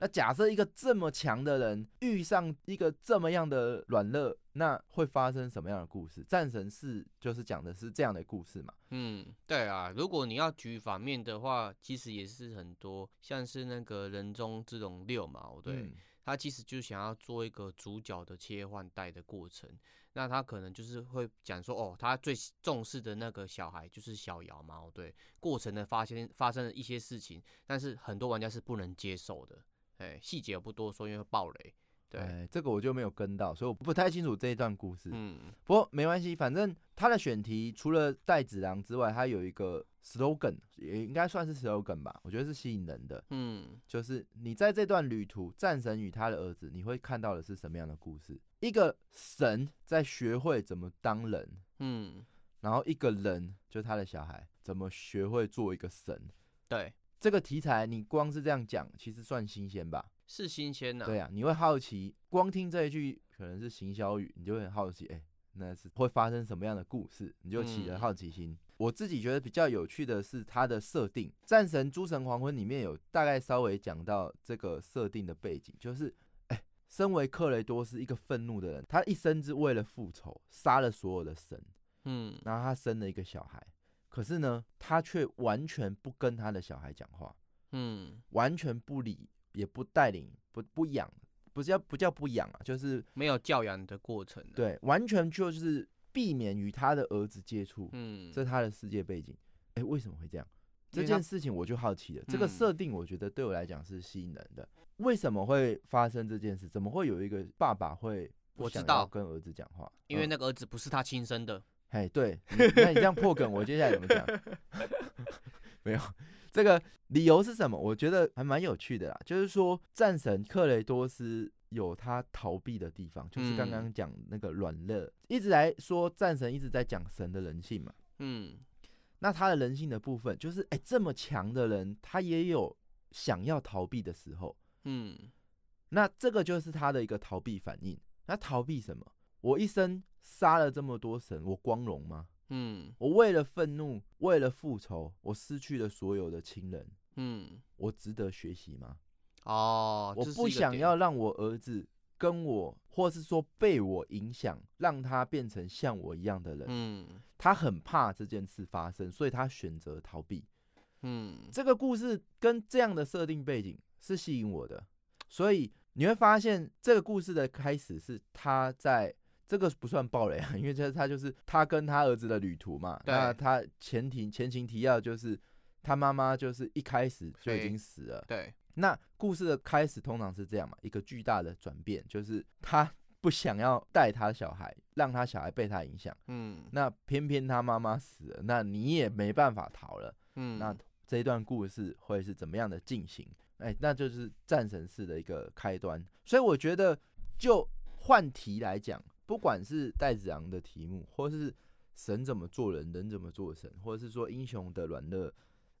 那假设一个这么强的人遇上一个这么样的软肋，那会发生什么样的故事？战神是就是讲的是这样的故事嘛？
嗯，对啊，如果你要举反面的话，其实也是很多，像是那个人中之龙六嘛，哦对，
嗯
他其实就想要做一个主角的切换带的过程。那他可能就是会讲说，哦，他最喜重视的那个小孩就是小瑶嘛，哦对，过程的发现发生了一些事情，但是很多玩家是不能接受的。哎，细节我不多说，因为会爆雷。对，
哎，这个我就没有跟到，所以我不太清楚这一段故事。
嗯，
不过没关系，反正他的选题除了带子郎之外，他有一个 slogan，也应该算是 slogan 吧，我觉得是吸引人的。
嗯，
就是你在这段旅途，战神与他的儿子，你会看到的是什么样的故事？一个神在学会怎么当人，
嗯，
然后一个人就是他的小孩怎么学会做一个神。
对，
这个题材你光是这样讲，其实算新鲜吧？
是新鲜呐、
对啊，你会好奇，光听这一句可能是行销语，你就会很好奇，哎、那是会发生什么样的故事，你就起了
嗯
好奇心。我自己觉得比较有趣的是它的设定，《战神：诸神黄昏》里面有大概稍微讲到这个设定的背景，就是。哎，身为克雷多斯一个愤怒的人，他一生是为了复仇杀了所有的神，
嗯，
然后他生了一个小孩，可是呢，他却完全不跟他的小孩讲话，
嗯，
完全不理，也不带领，不不养，不叫不叫不养啊，就是
没有教养的过程、，啊
对，完全就是避免与他的儿子接触，
嗯，
这是他的世界背景。哎、为什么会这样？
因
这
为他
件事情我就好奇了，这个
嗯
设定我觉得对我来讲是吸引人的。为什么会发生这件事？怎么会有一个爸爸会不
我知
想
道
要跟儿子讲话？
因为
嗯
那个儿子不是他亲生的。
哎，对，你那你这样破梗，我接下来怎么讲？ 没有，这个理由是什么？我觉得还蛮有趣的啦，就是说战神克雷多斯有他逃避的地方，就是刚
嗯
刚讲那个软肋，一直来说战神一直在讲神的人性嘛。
嗯，
那他的人性的部分，就是哎、这么强的人，他也有想要逃避的时候，
嗯，
那这个就是他的一个逃避反应。那逃避什么？我一生杀了这么多神，我光荣吗？
嗯，
我为了愤怒，为了复仇，我失去了所有的亲人，
嗯，
我值得学习吗？
哦，
我
这是
不
一个
想
点
要，让我儿子跟我，或是说被我影响，让他变成像我一样的人。
嗯
他很怕这件事发生，所以他选择逃避。
嗯，
这个故事跟这样的设定背景是吸引我的，所以你会发现这个故事的开始是他在这个不算暴雷啊，因为这他就是他跟他儿子的旅途嘛。
对
那他前提前情提要就是他妈妈就是一开始就已
对
经死了。
对，
那故事的开始通常是这样嘛，一个巨大的转变就是他 不想要带他小孩，让他小孩被他影响。
嗯
那偏偏他妈妈死了，那你也没办法逃了。
嗯，
那这一段故事会是怎么样的进行？哎，那就是战神式的一个开端。所以我觉得，就换题来讲，不管是戴子昂的题目，或是神怎么做人，人怎么做神，或者是说英雄的软弱，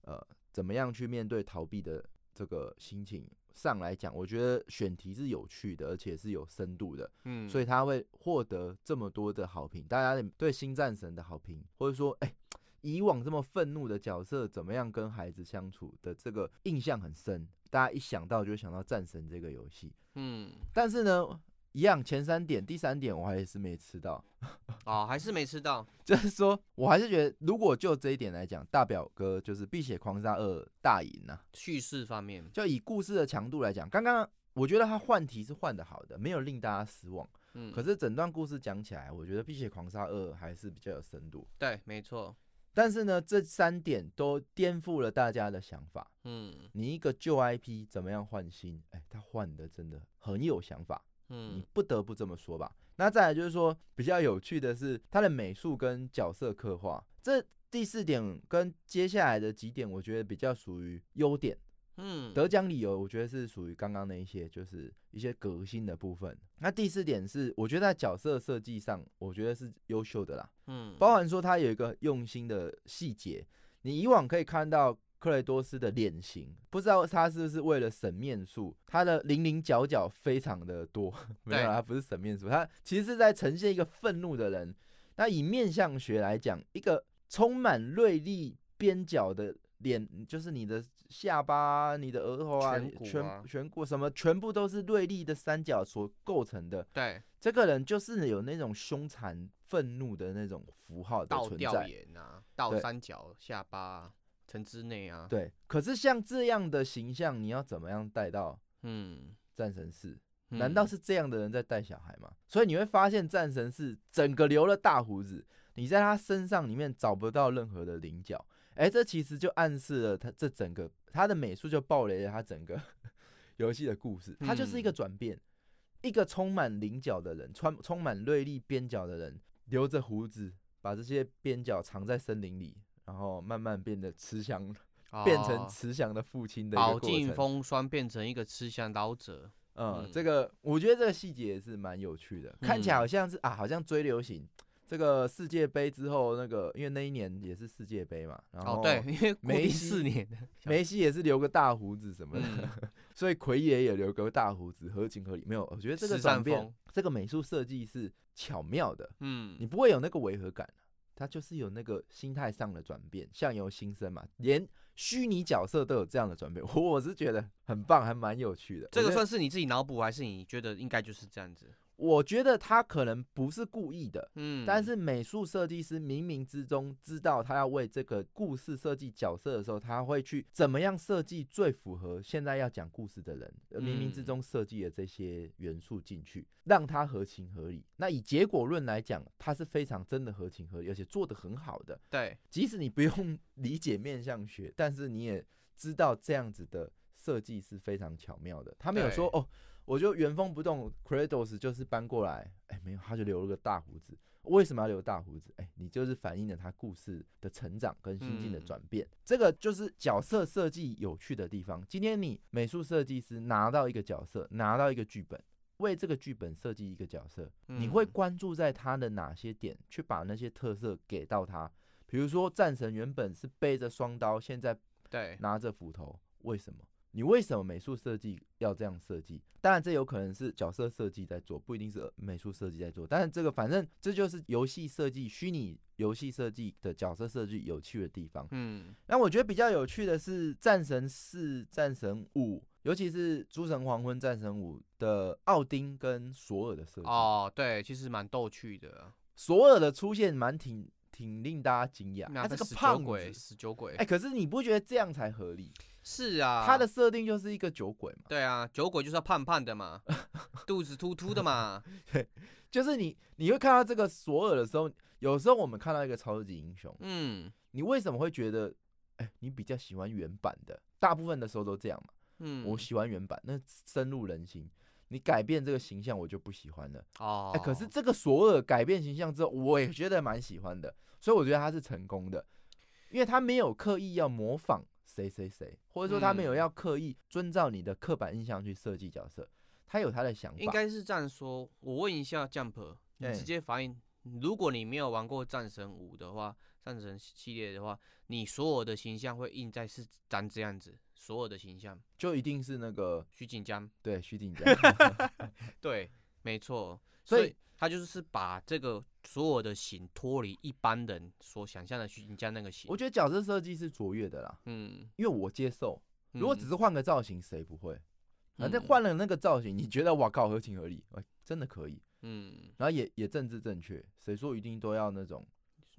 呃，怎么样去面对逃避的这个心情上来讲，我觉得选题是有趣的，而且是有深度的。
嗯
所以他会获得这么多的好评，大家对新战神的好评，或者说，哎、以往这么愤怒的角色怎么样跟孩子相处的这个印象很深，大家一想到就会想到战神这个游戏。
嗯，
但是呢，一样前三点，第三点我还是没吃到，
哦，还是没吃到，
就是说我还是觉得，如果就这一点来讲，大表哥就是《碧血狂杀二》大赢呐、
叙事方面，
就以故事的强度来讲，刚刚我觉得他换题是换的好的，没有令大家失望。
嗯，
可是整段故事讲起来，我觉得《碧血狂杀二》还是比较有深度。
对，没错，
但是呢，这三点都颠覆了大家的想法。
嗯
你一个旧 IP 怎么样换新？哎，他换的真的很有想法，你
嗯
不得不这么说吧。那再来就是说，比较有趣的是他的美术跟角色刻画，这第四点跟接下来的几点，我觉得比较属于优点。
嗯，
得奖理由，我觉得是属于刚刚那一些，就是一些革新的部分。那第四点是，我觉得在角色设计上，我觉得是优秀的啦，
嗯
包含说他有一个用心的细节。你以往可以看到克雷多斯的脸型，不知道他是不是为了省面数，他的零零角角非常的多。 没有啦，他不是省面数，他其实是在呈现一个愤怒的人。那以面相学来讲，一个充满锐利边角的脸，就是你的下巴啊、你的额头啊、
颧
你
骨
颧
啊
颧骨什么，全部都是锐利的三角所构成的。
对，
这个人就是有那种凶残、愤怒的那种符号的
倒
存
吊
在。
眼啊，倒
对
三角下巴啊，城之内啊，，
对，可是像这样的形象，你要怎么样带到
嗯，
战神四？
嗯
难道是这样的人在带小孩吗？所以你会发现战神是整个留了大胡子，你在他身上里面找不到任何的棱角。哎、这其实就暗示了他这整个他的美术就暴雷了他整个 游戏的故事。他就是一个
嗯
转变，一个充满棱角的人，穿充满锐利边角的人，留着胡子，把这些边角藏在森林里，然后慢慢变得慈祥，变成
哦
慈祥的父亲的一
饱
个过
经
程。
风霜，变成一个吃香老者，
嗯
嗯，
这个我觉得这个细节也是蛮有趣的，看起来
嗯
好像是啊，好像追流行。这个世界杯之后，那个因为那一年也是世界杯嘛，然
哦
后，
对，因为固
梅
定
西
四年的，
梅西也是留个大胡子什么的，
嗯
所以奎爷也留个大胡子，合情合理。没有，我觉得这个
时
转
尚
变
风，
这个美术设计是巧妙的， 你
嗯，
不会有那个违和感，啊它就是有那个心态上的转变，相由心生嘛，连虚拟角色都有这样的转变， 我是觉得很棒，还蛮有趣的。
这
我觉
个
得
算是你自己脑补，还是你觉得应该就是这样子？
我觉得他可能不是故意的，
嗯，
但是美术设计师冥冥之中知道他要为这个故事设计角色的时候，他会去怎么样设计最符合现在要讲故事的人，呃冥冥之
嗯
中设计了这些元素进去，让它合情合理。那以结果论来讲，它是非常真的合情合理，而且做得很好的。
对，
即使你不用 理解面相学，但是你也知道这样子的设计是非常巧妙的。他没有说哦，我就原封不动，Credos 就是搬过来，哎，没有，他就留了个大胡子。为什么要留大胡子？哎，你就是反映了他故事的成长跟心境的
嗯
转变。这个就是角色设计有趣的地方。今天你美术设计师拿到一个角色，拿到一个剧本。为这个剧本设计一个角色，你会
嗯
关注在他的哪些点，去把那些特色给到他？比如说，战神原本是背着双刀，现在
对，
拿着斧头，为什么？你为什么美术设计要这样设计？当然，这有可能是角色设计在做，不一定是呃美术设计在做。但是这个，反正这就是游戏设计、虚拟游戏设计的角色设计有趣的地方。
嗯，
那我觉得比较有趣的是《战神四》《战神五》，尤其是《诸神黄昏》《战神五》的奥丁跟索尔的设计。
哦，对，其实蛮逗趣的。
索尔的出现蛮挺挺令大家惊讶，
那
他是个
死酒
胖
鬼，
子。
死酒鬼，
哎、可是你不觉得这样才合理？
是啊，
他的设定就是一个酒鬼嘛，
对啊，酒鬼就是要胖胖的嘛，肚子凸凸 的嘛，
就是你你会看到这个索尔的时候，有时候我们看到一个超级英雄，
嗯
你为什么会觉得，哎、你比较喜欢原版的？大部分的时候都这样嘛，
嗯，
我喜欢原版，那深入人心。你改变这个形象，我就不喜欢了。
哦
哎、，可是这个索尔改变形象之后，我也觉得蛮喜欢的，所以我觉得他是成功的，因为他没有刻意要模仿谁谁谁，或者说他没有
嗯
要刻意遵照你的刻板印象去设计角色，他有他的想法。
应该是这样说。我问一下 Jump，你
哎
直接反应，如果你没有玩过战神五的话，战神系列的话，你所有的形象会印在是长这样子，所有的形象。
就一定是那个
徐锦江，
对徐 锦江，
对，没错，
所
所
以
以他就是是把这个所有的型脱离一般人所想象的徐锦江那个型。
我觉得角色设计是卓越的啦，
嗯，
因为我接受。如果
嗯
只是换个造型，谁不会？反正
嗯
换了那个造型，你觉得哇靠，合情合理，哎，真的可以。
嗯
然后也也政治正确，谁说一定都要那种？
嗯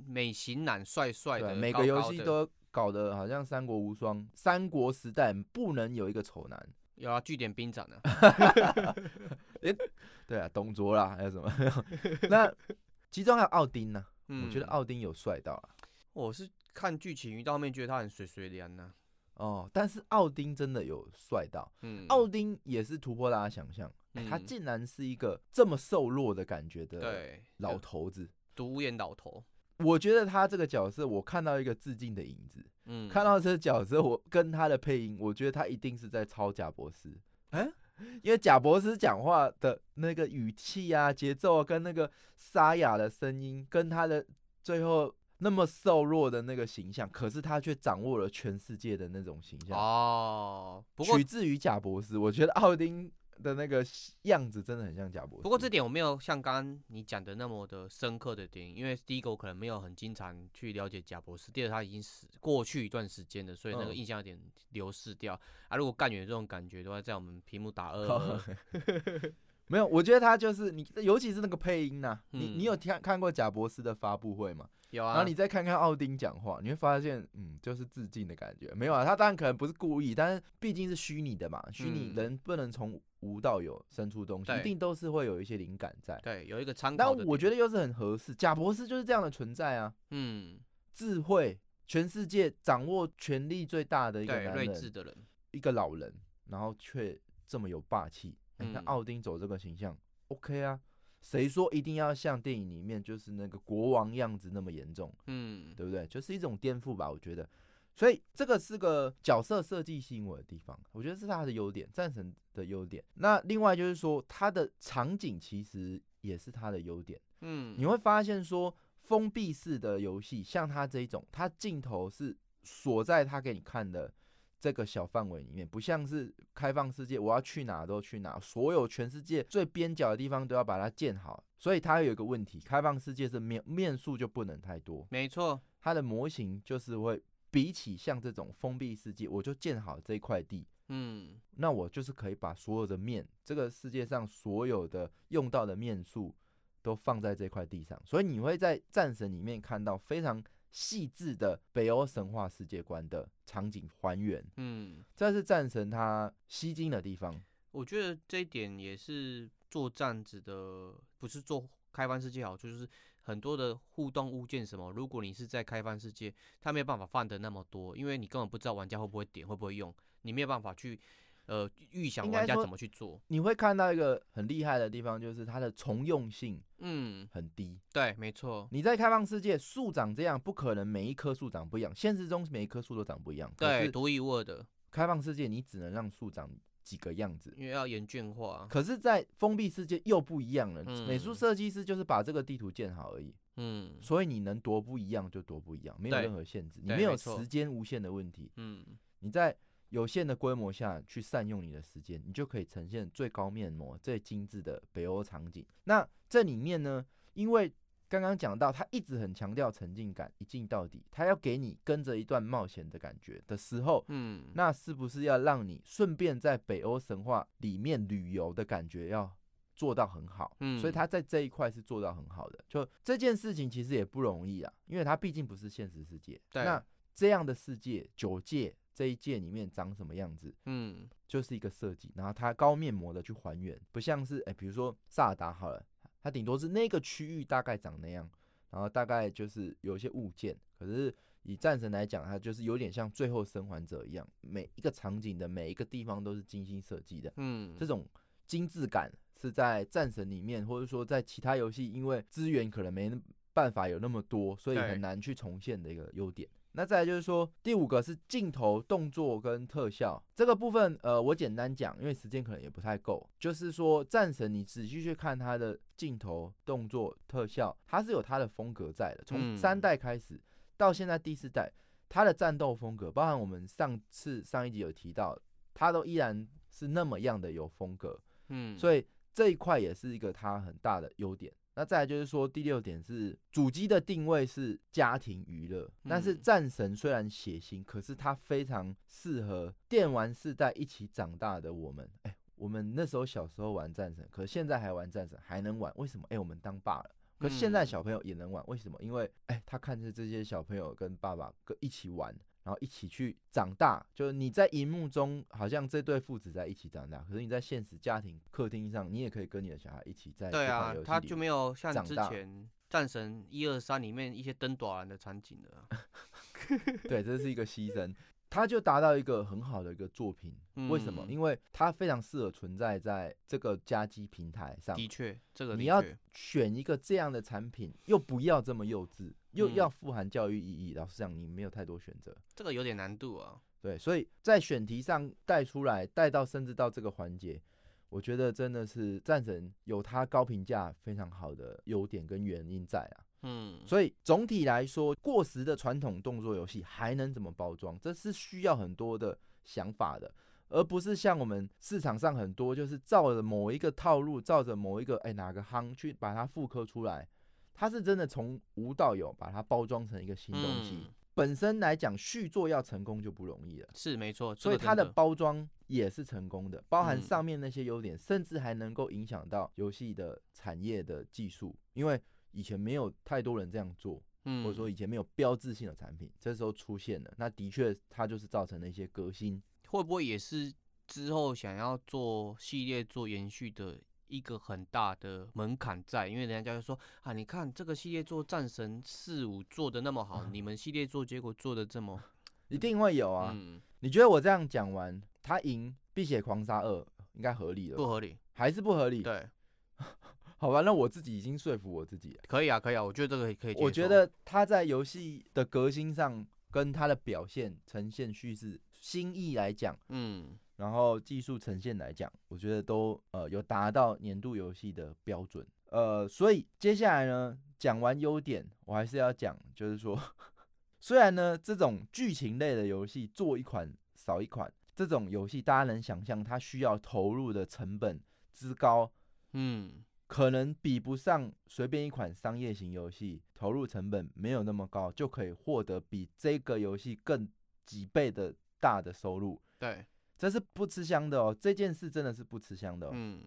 美型男帅帅
对，啊
的，
每
高
个游
高
戏
的
都搞得好像三国无双，三国时代不能有一个丑男。
有啊，据点兵长啊，
对啊，董卓啦，还有什么？ 那其中还有奥丁呢、 我觉得
嗯
奥丁有帅到啊。
我是看剧情遇到后面觉得他很水水凉啊呢、
哦，但是奥丁真的有帅到，
嗯，
奥丁也是突破大家想象，哎他
嗯
竟然是一个这么瘦弱的感觉的
对
老
就
头子。
独眼老头，
我觉得他这个角色，我看到一个致敬的影子。
嗯，
看到这个角色，我跟他的配音，我觉得他一定是在抄贾博士。
嗯
因为贾博士讲话的那个语气啊、节奏啊，跟那个沙哑的声音，跟他的最后那么瘦弱的那个形象，可是他却掌握了全世界的那种形象，
哦，不过
取自于贾博士。我觉得奥丁的那个样子真的很像贾博士。
不 过这点我没有像刚刚你讲的那么的深刻的点，因为第一个我可能没有很经常去了解贾博士，第二他已经死过去一段时间了，所以那个
嗯
印象有点流逝掉、啊。如果干员这种感觉的话，在我们屏 幕打二二，
没有，我觉得他就是你，尤其是那个配音呐、你
嗯
你有看看过贾博士的发布会吗？
有
然后
啊，
你再看看奥丁讲话，你会发现，嗯，就是致敬的感觉。没有啊，他当然可能不是故意，但是毕竟是虚拟的嘛，虚拟
嗯
人不能从无到有生出东西，一
对
定都是会有一些灵感在。
对有一个参
但
考的
我觉
得，
得又是很合适，贾博士就是这样的存在啊，
嗯，
智慧，全世界掌握权力最大的一个
对，
男
睿智
人，
的人，
一个老人，然后却这么有霸气。哎那
嗯
奥丁走这个形象，OK 啊。谁说一定要像电影里面就是那个国王样子那么严重？
嗯，
对不对？就是一种颠覆吧，我觉得。所以这个是个角色设计吸引我的地方，我觉得是他的优点，战神的优点。那另外就是说，他的场景其实也是他的优点。
嗯，
你会发现说，封闭式的游戏，像他这一种，它镜头是锁在他给你看的这个小范围里面，不像是开放世界，我要去哪都去哪，所有全世界最边角的地方都要把它建好。所以它有一个问题，开放世界是面面数就不能太多。
没错，
它的模型就是会比起像这种封闭世界，我就建好这一块地，
嗯，
那我就是可以把所有的面，这个世界上所有的用到的面数都放在这块地上，所以你会在战神里面看到非常细致的北欧神话世界观的场景还原，
嗯。
这是战神它吸睛的地方。
我觉得这一点也是做这样子的，不是做开放世界好处，就是很多的互动物件什么，如果你是在开放世界，它没有办法放的那么多，因为你根本不知道玩家会不会点，会不会用，你没有办法去呃预想
应
玩
该
家
说
怎么去做。
你会看到一个很厉害的地方，就是它的重用性
嗯，
很低。
对，没错，
你在开放世界，树长这样，不可能每一棵树长不一样。现实中每一棵树都长不一样，可
对，
是
独一无二的，
开放世界你只能让树长几个样子。
因为要严峻化。
可是，在封闭世界又不一样了。
嗯
美术设计师就是把这个地图建好而已，
嗯
所以你能多不一样就多不一样，没有
对
任何限制，你
对
没有
没错
时间无限的问题。
嗯，
你在有限的规模下去善用你的时间，你就可以呈现最高面膜、最精致的北欧场景。那这里面呢，因为刚刚讲到，他一直很强调沉浸感，一镜到底，他要给你跟着一段冒险的感觉的时候，
嗯，
那是不是要让你顺便在北欧神话里面旅游的感觉要做到很好？
嗯
所以他在这一块是做到很好的。就这件事情其实也不容易啊，因为它毕竟不是现实世界。
对
那这样的世界，九界这一界里面长什么样子？
嗯，
就是一个设计，然后它高面膜的去还原，不像是哎、诶比如说萨尔达好了，它顶多是那个区域大概长那样，然后大概就是有一些物件，可是以战神来讲，它就是有点像最后生还者一样，每一个场景的每一个地方都是精心设计的，
嗯，
这种精致感是在战神里面，或者说在其他游戏，因为资源可能没那办法有那么多，所以
对
很难去重现的一个优点。那再来就是说，第五个是镜头、动作跟特效这个部分，呃，我简单讲，因为时间可能也不太够。就是说，战神你仔细去看它的镜头、动作、特效，它是有它的风格在的。从
嗯
三代开始到现在第四代，它的战斗风格，包含我们上次上一集有提到，它都依然是那么样的有风格。
嗯，以
所以这一块也是一个它很大的优点。那再来就是说，第六点是主机的定位是家庭娱乐，但是
嗯
战神虽然血腥，可是它非常适合电玩世代一起长大的我们。哎、我们那时候小时候玩战神，可是现在还玩战神，还能玩，为什么？哎、我们当爸了。可是现在
嗯
小朋友也能玩，为什么？因为哎、他看着这些小朋友跟爸爸跟一起玩，然后一起去长大。就是你在荧幕中好像这对父子在一起长大，可是你在现实家庭客厅上，你也可以跟你的小孩一起在
对
这款
啊
游，戏
他
里
就没有像
长
之
大
前战神一二三里面一些登短的场景了啊。
对，这是一个牺牲，它就达到一个很好的一个作品。为什么？
嗯
因为它非常适合存在在这个家机平台上。
的确，这个
你
的
要
确
选一个这样的产品，又不要这么幼稚，又
嗯
要富含教育意义。老实讲，你没有太多选择。
这个有点难度啊。
对，所以在选题上带出来，带到甚至到这个环节，我觉得真的是战神有它高评价非常好的优点跟原因在啊。
嗯，
所以总体来说，过时的传统动作游戏还能怎么包装？这是需要很多的想法的，而不是像我们市场上很多就是照着某一个套路，照着某一个哎、哪个夯去把它复刻出来。它是真的从无到有把它包装成一个新东西。
嗯
本身来讲，续作要成功就不容易了。
是没错，这
所以
个
它
真
的包装也是成功的，包含
嗯
上面那些优点，甚至还能够影响到游戏的产业的技术，因为以前没有太多人这样做，
嗯，
或者说以前没有标志性的产品，这时候出现了，那的确它就是造成了一些革新。
会不会也是之后想要做系列做延续的一个很大的门槛在？因为人家就说啊，你看这个系列做战神四五做的那么
啊
好，你们系列做结果做的这么，
一定会有啊！
嗯，
你觉得我这样讲完，他赢《碧血狂杀二》应该合理了
不
吧？
合理。
还是不合理？
对，
好吧，那我自己已经说服我自己了。
可以啊，可以啊，我觉得这个可以接受。
我觉得他在游戏的革新上，跟他的表现、呈现、叙事、新意来讲。
嗯，
然后技术呈现来讲，我觉得都呃有达到年度游戏的标准。呃，所以接下来呢，讲完优点，我还是要讲，就是说， 虽然呢这种剧情类的游戏做一款少一款，这种游戏大家能想象它需要投入的成本之高，
嗯，
可能比不上随便一款商业型游戏投入成本没有那么高，就可以获得比这个游戏更几倍的大的收入。
对，
这是不吃香的哦，这件事真的是不吃香的、哦。
嗯，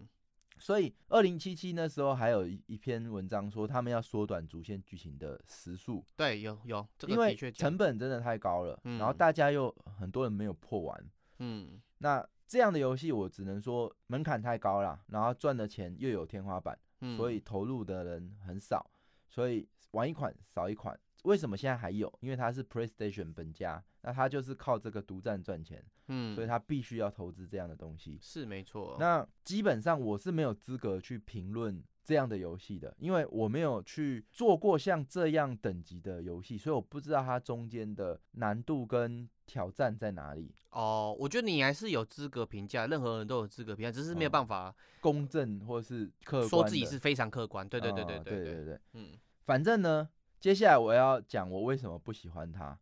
所以二零七七那时候还有一一篇文章说，他们要缩短主线剧情的时速，
对，有有，这个
因
的
为
确讲
成本真的太高了，然后
嗯
大家又很多人没有破完。
嗯，
那这样的游戏，我只能说门槛太高了，然后赚的钱又有天花板，
嗯
所以投入的人很少，所以玩一款少一款。为什么现在还有？因为它是 PlayStation 本家，那它就是靠这个独占赚钱，
嗯，
所以它必须要投资这样的东西。
是没错。哦
那基本上我是没有资格去评论这样的游戏的，因为我没有去做过像这样等级的游戏，所以我不知道它中间的难度跟挑战在哪 里。
哦，我觉得你还是有资格评价，任何人都有资格评价，只是没有
嗯
办法
公正或是客观的，
说自己是非常客观。对对对
啊
对
对
对
对，
嗯，
反正呢，接下来我要讲我为什么不喜欢 它，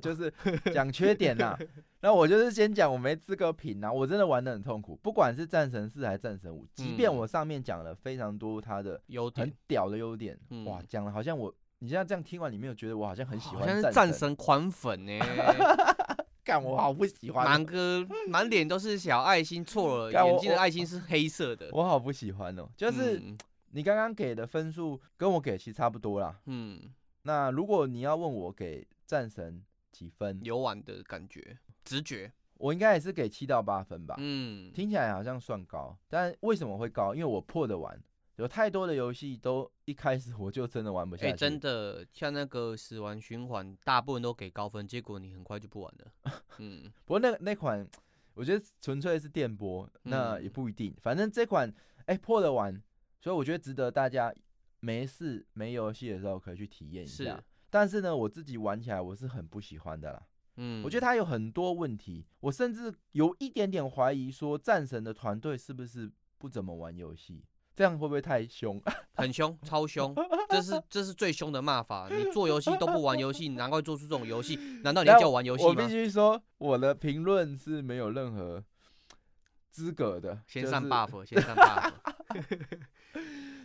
就是讲缺点啦、那我就是先讲我没资格评啦、我真的玩的很痛苦，不管是战神四还是战神五，即便
嗯
我上面讲了非常多它的
优点
很屌的优点，哇，
嗯
讲的好像我，你现在这样听完，你没有觉得我好像很喜
好像
欢
是
战
战
神？
神狂粉呢、
干我好不喜欢
满
哦，
个满脸都是小爱心，错了，
干
眼
我
睛的
我
爱心是黑色的，
我好不喜欢哦。就是
嗯
你刚刚给的分数跟我给其实差不多啦。
嗯
那如果你要问我给战神几分，
游玩的感觉，直觉，
我应该也是给七到八分吧。
嗯，
啊听起来好像算高，但为什么会高？因为我破的玩，有太多的游戏都一开始我就真的玩不下
哎、
去。
真的像那个死亡循环，大部分都给高分，结果你很快就不玩 了，嗯，
不过那那款，我觉得纯粹是电波，那也
嗯
不一定。反正这款哎、破的玩，所以我觉得值得大家没事没游戏的时候可以去体验一
是
下。但是呢，我自己玩起来我是很不喜欢的啦。
嗯
我觉得它有很多问题，我甚至有一点点怀疑说战神的团队是不是不怎么玩游戏，这样会不会太凶？
很凶，超凶，这是这是最凶的骂法。你做游戏都不玩游戏，难怪做出这种游戏，难 哦道你要叫我玩游戏
我必
吗？
须说，我的评论是没有任何资格的。
先
就
上
是
buff，先上 buff。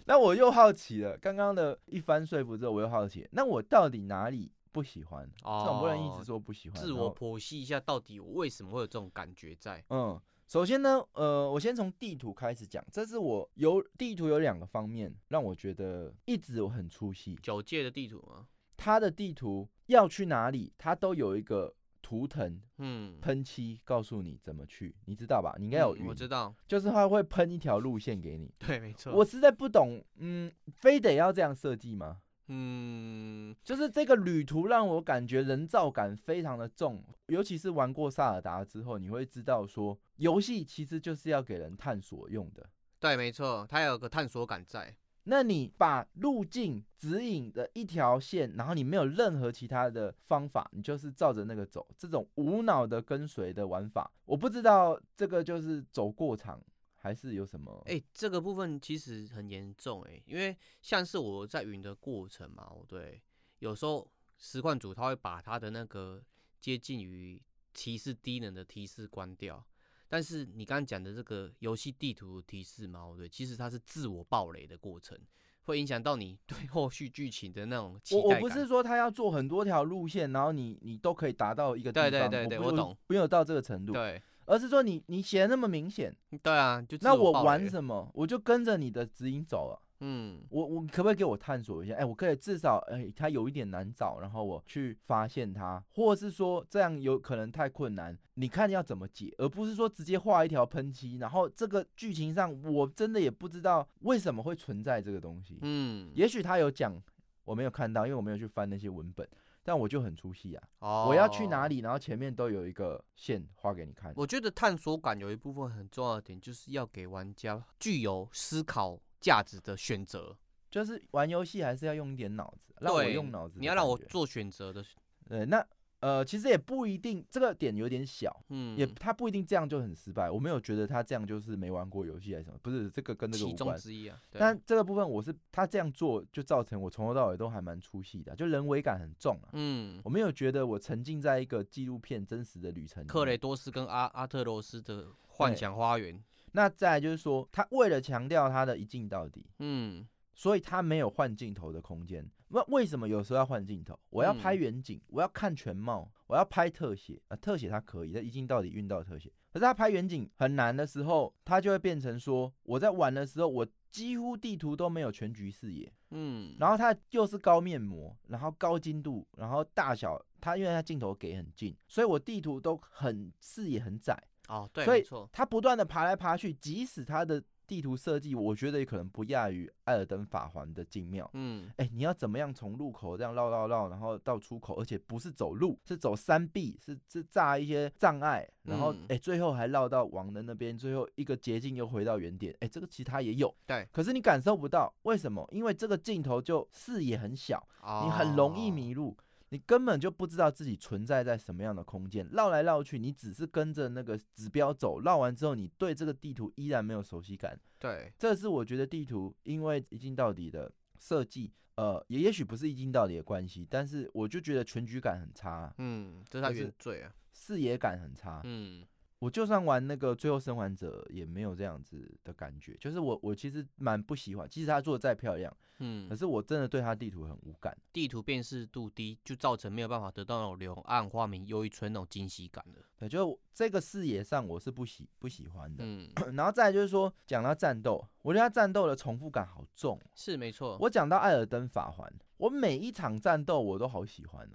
那我又好奇了，刚刚的一番说服之后，我又好奇，那我到底哪里不喜欢？这种不能一直说不喜欢。
哦自
然
我
后
剖析一下，到底我为什么会有这种感觉在？
嗯，首先呢，呃，我先从地图开始讲，这是我有地图有两个方面让我觉得一直我很出戏。
九界的地图吗？
它的地图要去哪里，它都有一个图腾
嗯，
喷漆告诉你怎么去，你知道吧？你应该有
嗯
云，
我知道，
就是它会喷一条路线给你。
对，没错。
我实在不懂，嗯，非得要这样设计吗？
嗯，
就是这个旅途让我感觉人造感非常的重，尤其是玩过萨尔达之后，你会知道说，游戏其实就是要给人探索用的。
对，没错，它有个探索感在。
那你把路径指引的一条线，然后你没有任何其他的方法，你就是照着那个走，这种无脑的跟随的玩法，我不知道这个就是走过场还是有什么。
哎、这个部分其实很严重哎、因为像是我在云的过程嘛，我对，有时候实况组他会把他的那个接近于提示低能的提示关掉。但是你刚刚讲的这个游戏地图提示嘛，我对，其实它是自我暴雷的过程，会影响到你对 后续剧情的那种期
我
待
我
感。
不是说他要做很多条路线，然后你你都可以达到一个地方，
对对对对
我不
我
是
懂，
没有到这个程度，
对
而是说你你写的那么明显，
对啊，就
那我玩
玩
什么，我就跟着你的指引走啊。
嗯，
我我可不可以给我探索一下？哎、我可以至少哎、它有一点难找，然后我去发现它，或者是说这样有可能太困难，你看要怎么解，而不是说直接画一条喷漆。然后这个剧情上，我真的也不知道为什么会存在这个东西。
嗯，
也许他有讲，我没有看到，因为我没有去翻那些文本，但我就很出戏啊。
哦
我要去哪？里，然后前面都有一个线画给你看。
我觉得探索感有一部分很重要的点，就是要给玩家具有思考价值的选择。
就是玩游戏还是要用一点脑子，让我
对
用脑子的感觉。
你要让我做选择的，
对，那呃，其实也不一定，这个点有点小，
嗯，
也他不一定这样就很失败。我没有觉得他这样就是没玩过游戏还是什么，不是这个跟这个
其
无
中
关。
之一啊。对
但这个部分我是他这样做就造成我从头到尾都还蛮出戏的啊，就人为感很重啊。
嗯，
我没有觉得我沉浸在一个纪录片真实的旅程里面。
克雷多斯跟阿阿特罗斯的幻
对
想花园，
那再来就是说，他为了强调他的一镜到底，
嗯，
所以他没有换镜头的空间。那为什么有时候要换镜头？我要拍
嗯
远景，我要看全貌，我要拍特写啊、特写它可以，它一镜到底运到特写。可是他拍远景很难的时候，他就会变成说，我在玩的时候，我几乎地图都没有全局视野，
嗯，
然后它又是高面膜，然后高精度，然后大小，它因为它镜头给很近，所以我地图都很视野很窄。
哦，对，
所以
没错，
他不断的爬来爬去，即使他的地图设计，我觉得也可能不亚于《艾尔登法环》的精妙。
嗯，
哎、你要怎么样从入口这样绕绕绕，然后到出口，而且不是走路，是走山壁，是是炸一些障碍，然后哎
嗯、
最后还绕到王的那边，最后一个捷径又回到原点。哎、这个其他也有，
对，
可是你感受不到，为什么？因为这个镜头就视野很小，你很容易
哦
迷路，你根本就不知道自己存在在什么样的空间，绕来绕去，你只是跟着那个指标走，绕完之后，你对这个地图依然没有熟悉感。
对，
这是我觉得地图因为一镜到底的设计，呃，也也许不是一镜到底的关系，但是我就觉得全局感很差，
嗯，这是他
就是
原罪啊，
视野感很差。
嗯，
我就算玩那个《最后生还者》，也没有这样子的感觉。就是我我其实蛮不喜欢，即使它做的再漂亮，可
嗯，
是我真的对它地图很无感。
地图辨识度低，就造成没有办法得到那种柳暗花明又一村那种惊喜感的。
对，就这个视野上我是不喜不喜欢的。
嗯，
然后再来就是说，讲到战斗，我觉得它战斗的重复感好重。哦
是没错。
我讲到《艾尔登法环》，我每一场战斗我都好喜欢、哦。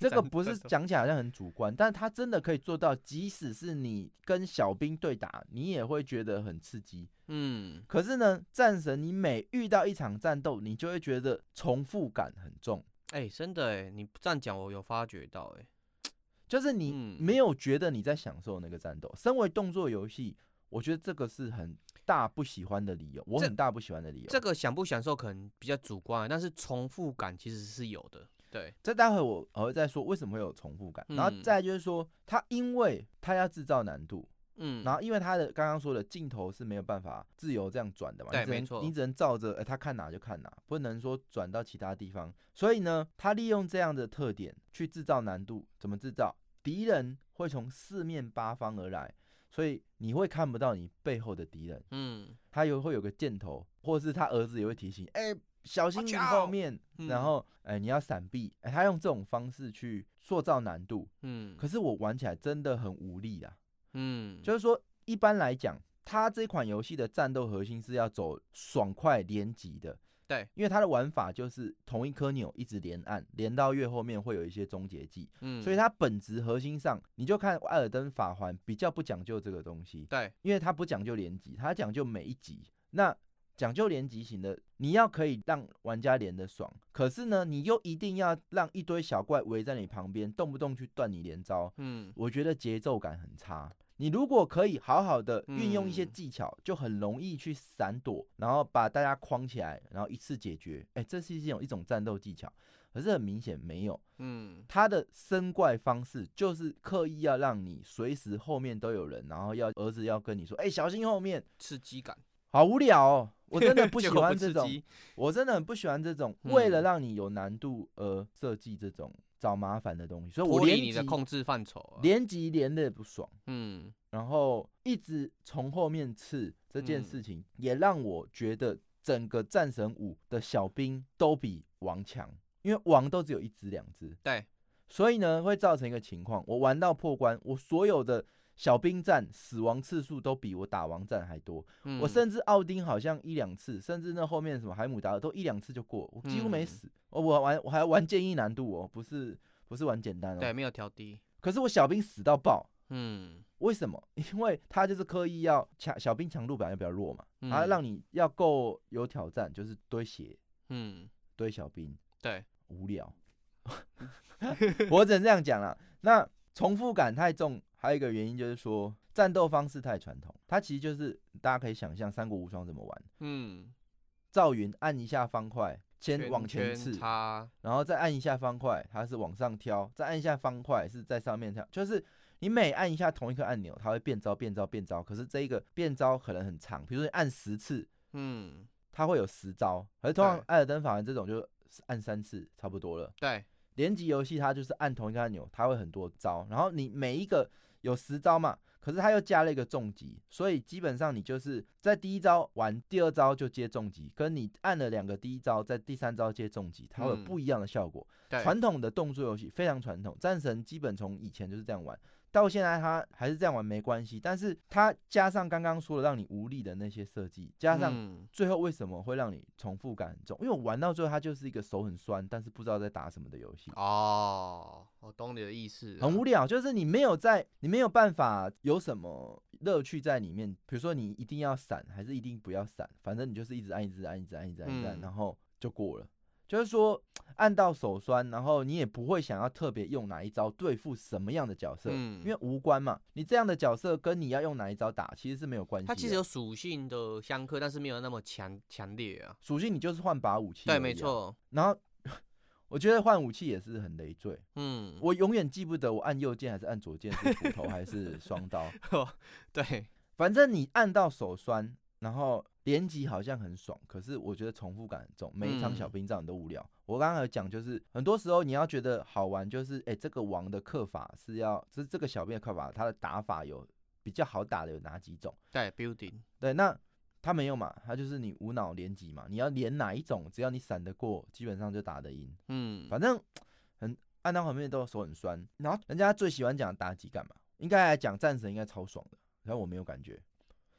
这个不是讲起来好像很主观，但它真的可以做到，即使是你跟小兵对打，你也会觉得很刺激。
嗯，
可是呢，战神你每遇到一场战斗，你就会觉得重复感很重。
哎、真的哎，你这样讲我有发觉到哎，
就是你
嗯
没有觉得你在享受那个战斗。身为动作游戏，我觉得这个是很大不喜欢的理由，我
这
很大不喜欢的理由。
啊
这个享不享受可能比较主观，但是重复感其实是有的。
对，
这待会我还会再说为什么会有重复感，然后
嗯
再来就是说，它因为它要制造难度，
嗯，
然后因为它的刚刚说的镜头是没有办法自由这样转的嘛，
对
你只
没
能
错
你只能照着，呃，他看哪就看哪，不能说转到其他地方。所以呢，他利用这样的特点去制造难度，怎么制造？敌人会从四面八方而来，所以你会看不到你背后的敌人，
嗯，
他有会有个箭头，或者是他儿子也会提醒，哎、小心你
Watch out！
后面，然
嗯
后哎、你要闪避、哎，他用这种方式去塑造难度，
嗯，
可是我玩起来真的很无力啊。
嗯，
就是说，一般来讲，它这款游戏的战斗核心是要走爽快连击的。
对，
因为它的玩法就是同一颗钮一直连按，连到越后面会有一些终结技，
嗯，
所以它本质核心上，你就看《艾尔登法环》比较不讲究这个东西，
对，
因为它不讲究连击，它讲究每一集。那讲究连击型的，你要可以让玩家连得爽，可是呢，你又一定要让一堆小怪围在你旁边，动不动去断你连招，
嗯，
我觉得节奏感很差。你如果可以好好的运用一些
嗯
技巧，就很容易去闪躲，然后把大家框起来，然后一次解决。哎、这是一种一种战斗技巧，可是很明显没有。
嗯，
他的升怪方式就是刻意要让你随时后面都有人，然后要儿子要跟你说，哎、小心后面，
刺激感，
好无聊哦。我真 的不喜
结果
欢这
刺
种，
激
我真的很不喜欢这种为了
嗯
让你有难度而设计这种找麻烦的东西，所以我
脱离
连
你的
级
控制范畴啊，
连级连的也不爽。
嗯
然后一直从后面刺这件
嗯
事情，也让我觉得整个战神五的小兵都比王强，因为王都只有一只两只，
对，
所以呢会造成一个情况，我玩到破关，我所有的小兵战死亡次数都比我打王战还多，
嗯，
我甚至奥丁好像一两次，甚至那后面什么海姆达尔都一两次就过，我几乎没
嗯
死，哦，我玩我还玩建议难度哦，不是不是玩简单
对
哦，
没有调低，
可是我小兵死到爆。
嗯
为什么？ 因为他就是刻意要强小兵强度本来就比较弱嘛，
嗯
他让你要够有挑战，就是堆血、
嗯，
堆小兵，
对，
无聊。 我只能这样讲啦。那重复感太重，还有一个原因就是说战斗方式太传统，它其实就是大家可以想象《三国无双》怎么玩，
嗯，
赵云按一下方块，先
圈
往前
圈
刺，
插，
然后再按一下方块，它是往上挑，再按一下方块是在上面挑，就是你每按一下同一个按钮，它会变招变招变招。可是这一个变招可能很长，比如说你按十次，
嗯，
它会有十招，而通常
对
艾尔登法环这种就是按三次差不多了。
对，
联级游戏它就是按同一个按钮，它会很多招，然后你每一个有十招嘛，可是它又加了一个重击，所以基本上你就是在第一招玩，第二招就接重击，跟你按了两个第一招，在第三招接重击，它会有
嗯
不一样的效果。
对，
传统的动作游戏非常传统，战神基本从以前就是这样玩，到现在它还是这样玩没关系，但是它加上刚刚说的让你无力的那些设计，加上
嗯
最后为什么会让你重复感很重？因为我玩到最后它就是一个手很酸，但是不知道在打什么的游戏。
哦，我懂你的意思，
很无
聊，
聊，就是你没有在，你没有办法有什么乐趣在里面。比如说，你一定要闪，还是一定不要闪，反正你就是一直按，一直按，一直按，一直按，一直按，
嗯
然后就过了。就是说，按到手酸，然后你也不会想要特别用哪一招对付什么样的角色，
嗯
因为无关嘛。你这样的角色跟你要用哪一招打其实是没有关系的。
它其实有属性的相克，但是没有那么强强烈啊，
属性，你就是换把武器。啊
对，没。错，
然后我觉得换武器也是很累赘，
嗯，
我永远记不得我按右键还是按左键是斧头还是双刀。
对，
反正你按到手酸，然后连击好像很爽，可是我觉得重复感很重，每一场小
嗯
兵仗你都无聊。我刚刚有讲，就是很多时候你要觉得好玩，就是哎、诶这个王的克法是要，这这个小兵的克法，他的打法有比较好打的有哪几种？
对，building，
对，那他没有嘛，他就是你无脑连击嘛，你要连哪一种，只要你闪得过，基本上就打得赢。
嗯，
反正很按到旁边都手很酸，然后人家最喜欢讲打击感嘛，应该来讲战神应该超爽的，然后我没有感觉。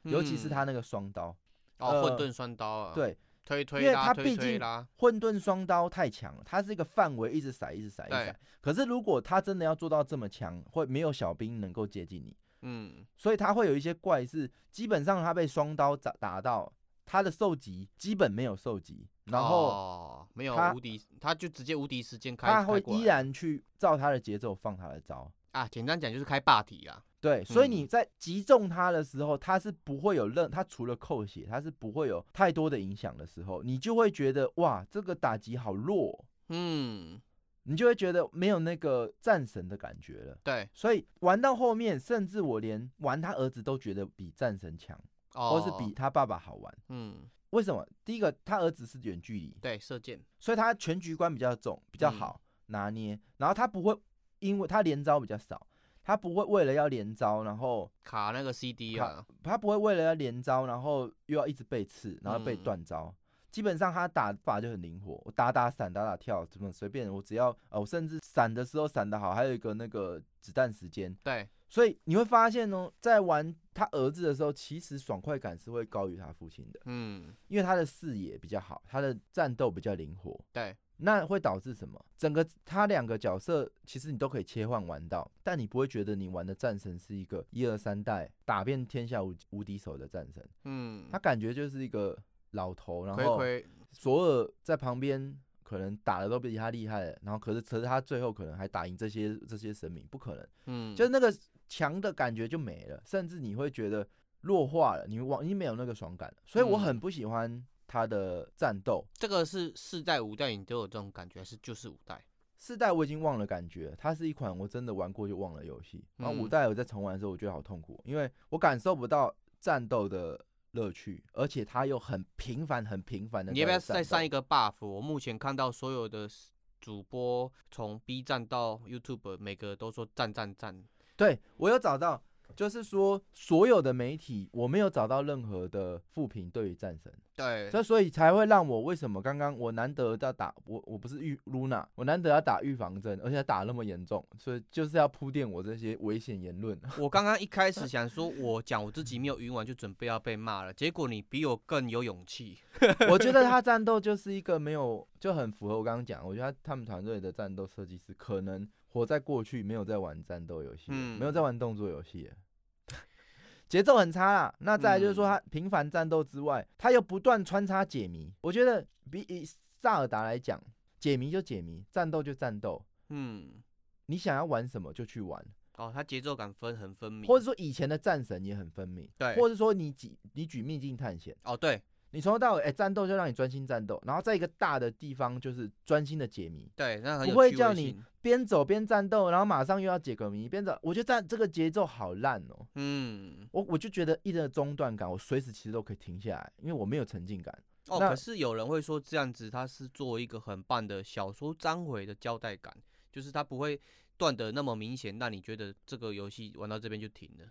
尤其是
嗯
他那个双刀，
哦，混
呃
沌双刀啊，，
对，
推
因
推
为
拉
它
推
毕
推
竟
拉，
混沌双刀太强了，它是一个范围一直甩，一直甩，一直
对
甩。可是如果他真的要做到这么强，会没有小兵能够接近你，
嗯
所以他会有一些怪是基本上他被双刀打打到，他的受级基本没有受级，然后
哦、没有
他
无敌，他就直接无敌时间开，
他会
开过来
依然去照他的节奏放他的招。
啊，简单讲就是开霸体啊，
对，所以
嗯
你在击中他的时候，他是不会有任，他除了扣血，他是不会有太多的影响的时候，你就会觉得哇，这个打击好弱哦、
嗯，
你就会觉得没有那个战神的感觉了。
对，
所以玩到后面，甚至我连玩他儿子都觉得比战神强，
哦，
或是比他爸爸好玩。
嗯，
为什么？第一个，他儿子是远距离，
对，射箭，
所以他全局观比较重，比较
嗯
好拿捏。然后他不会，因为他连招比较少，他不会为了要连招，然后
卡那个 CD
卡
啊，
他不会为了要连招，然后又要一直被刺，然后被
嗯
断招。基本上他打法就很灵活，我打打闪，打打跳，怎么随便，我只要呃，我甚至闪的时候闪得好，还有一个那个子弹时间，
对，
所以你会发现哦，在玩他儿子的时候，其实爽快感是会高于他父亲的，
嗯，
因为他的视野比较好，他的战斗比较灵活，
对，
那会导致什么？整个他两个角色其实你都可以切换玩到，但你不会觉得你玩的战神是一个一二三代打遍天下无无敌手的战神，
嗯
他，感觉就是一个老头，然
葵
后
葵，
索尔在旁边可能打的都比他厉害了，然后可是可是他最后可能还打赢这些这些神明，不可能，
嗯，
就是那个强的感觉就没了，甚至你会觉得弱化了，你往你没有那个爽感了，所以我
嗯
很不喜欢他的战斗。
这个是四代五代你都有这种感觉，还是就是五代？
四代我已经忘了感觉，它是一款我真的玩过就忘了游戏。然后
嗯
五代我在重玩的时候，我觉得好痛苦，因为我感受不到战斗的乐趣，而且它又很频繁、很频繁的。
你要不要再上一
个？
个 buff？我目前看到所有的 s- 主播从 B 站到 YouTube，每个都说赞赞赞。
对我有找到，就是说所有的媒体我没有找到任何的负评对于战神，
对，
这所以才会让我为什么刚刚我难得要打我我不是预露娜，我难得要打预防针，而且还打那么严重，所以就是要铺垫我这些危险言论。啊
我刚刚一开始想说，我讲我自己没有云完就准备要被骂了，结果你比我更有勇气。
我 觉得他战斗就是一个没有就很符合我刚刚讲，我觉得他他们团队的战斗设计师可能活在过去，没有在玩战斗游戏，
嗯
没有在玩动作游戏， 节奏很差啦。那再来就是说，
嗯
他频繁战斗之外，他又不断穿插解谜。我觉得比以萨尔达来讲，解谜就解谜，战斗就战斗，
嗯，
你想要玩什么就去玩。
哦，他节奏感分很分明，
或者说以前的战神也很分明，
对
或者说你举你举秘境探险，
哦对
你从头到尾，哎、战斗就让你专心战斗，然后在一个大的地方就是专心的解谜，
对，那很
不
有
会
趣
叫
味
你
性。
边走边战斗，然后马上又要解个谜，边走，我觉得战这个节奏好烂哦、
嗯，
我我就觉得一直的中断感，我随时其实都可以停下来，因为我没有沉浸感。
哦，
那
可是有人会说这样子，它是做一个很棒的小说章回的交代感，就是它不会断的那么明显，让你觉得这个游戏玩到这边就停了。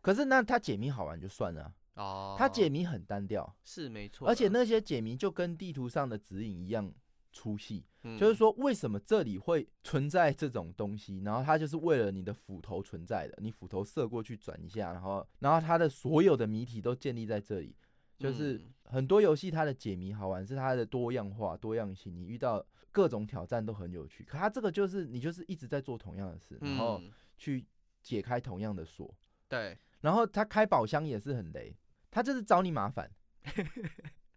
可是那他解谜好玩就算了啊，
哦，啊
他解谜很单调，
是没错啦，
而且那些解谜就跟地图上的指引一样粗细，
嗯
就是说为什么这里会存在这种东西，然后它就是为了你的斧头存在的，你斧头射过去转一下，然后然后它的所有的谜题都建立在这里，就是
嗯
很多游戏它的解谜好玩是它的多样化、多样性，你遇到各种挑战都很有趣，可它这个就是你就是一直在做同样的事，然后
嗯
去解开同样的锁，
对，
然后他开宝箱也是很雷，他就是找你麻 烦。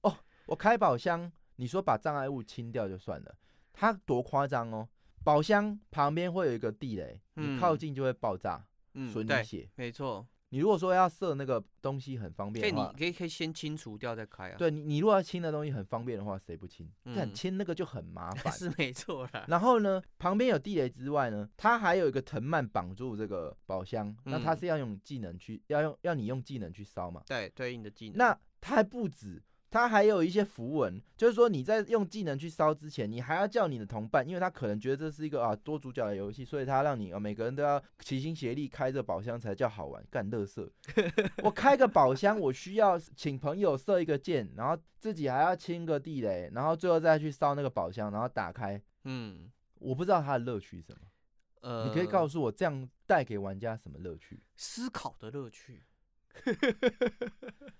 哦，我开宝箱，你说把障碍物清掉就算了，他多夸张哦！宝箱旁边会有一个地雷，你靠
嗯
近就会爆炸，损你
嗯，对，
血。
没错，
你如果说要射那个东西很方
可以
便的
你
话，
可以可以先清除掉再开啊，，
对你你如果要清的东西很方便的话，谁不清？但
嗯
清那个就很 麻烦。
是啊没错啦，
然后呢，旁边有地雷之外呢，它还有一个藤蔓绑住这个宝箱，那它
嗯
是要用技能去，要用要你用技能去烧嘛。
对，对应的技能，
那它还不止，它还有一些符文，就是说你在用技能去烧之前，你还要叫你的同伴，因为他可能觉得这是一个啊多主角的游戏，所以他让你啊每个人都要齐心协力开这宝箱才叫好玩，干乐色。我开个宝箱，我需要请朋友射一个箭，然后自己还要清个地雷，然后最后再去烧那个宝箱，然后打开。
嗯
我不知道它的乐趣是什么，
呃，
你可以告诉我这样带给玩家什么乐趣？
思考的乐趣，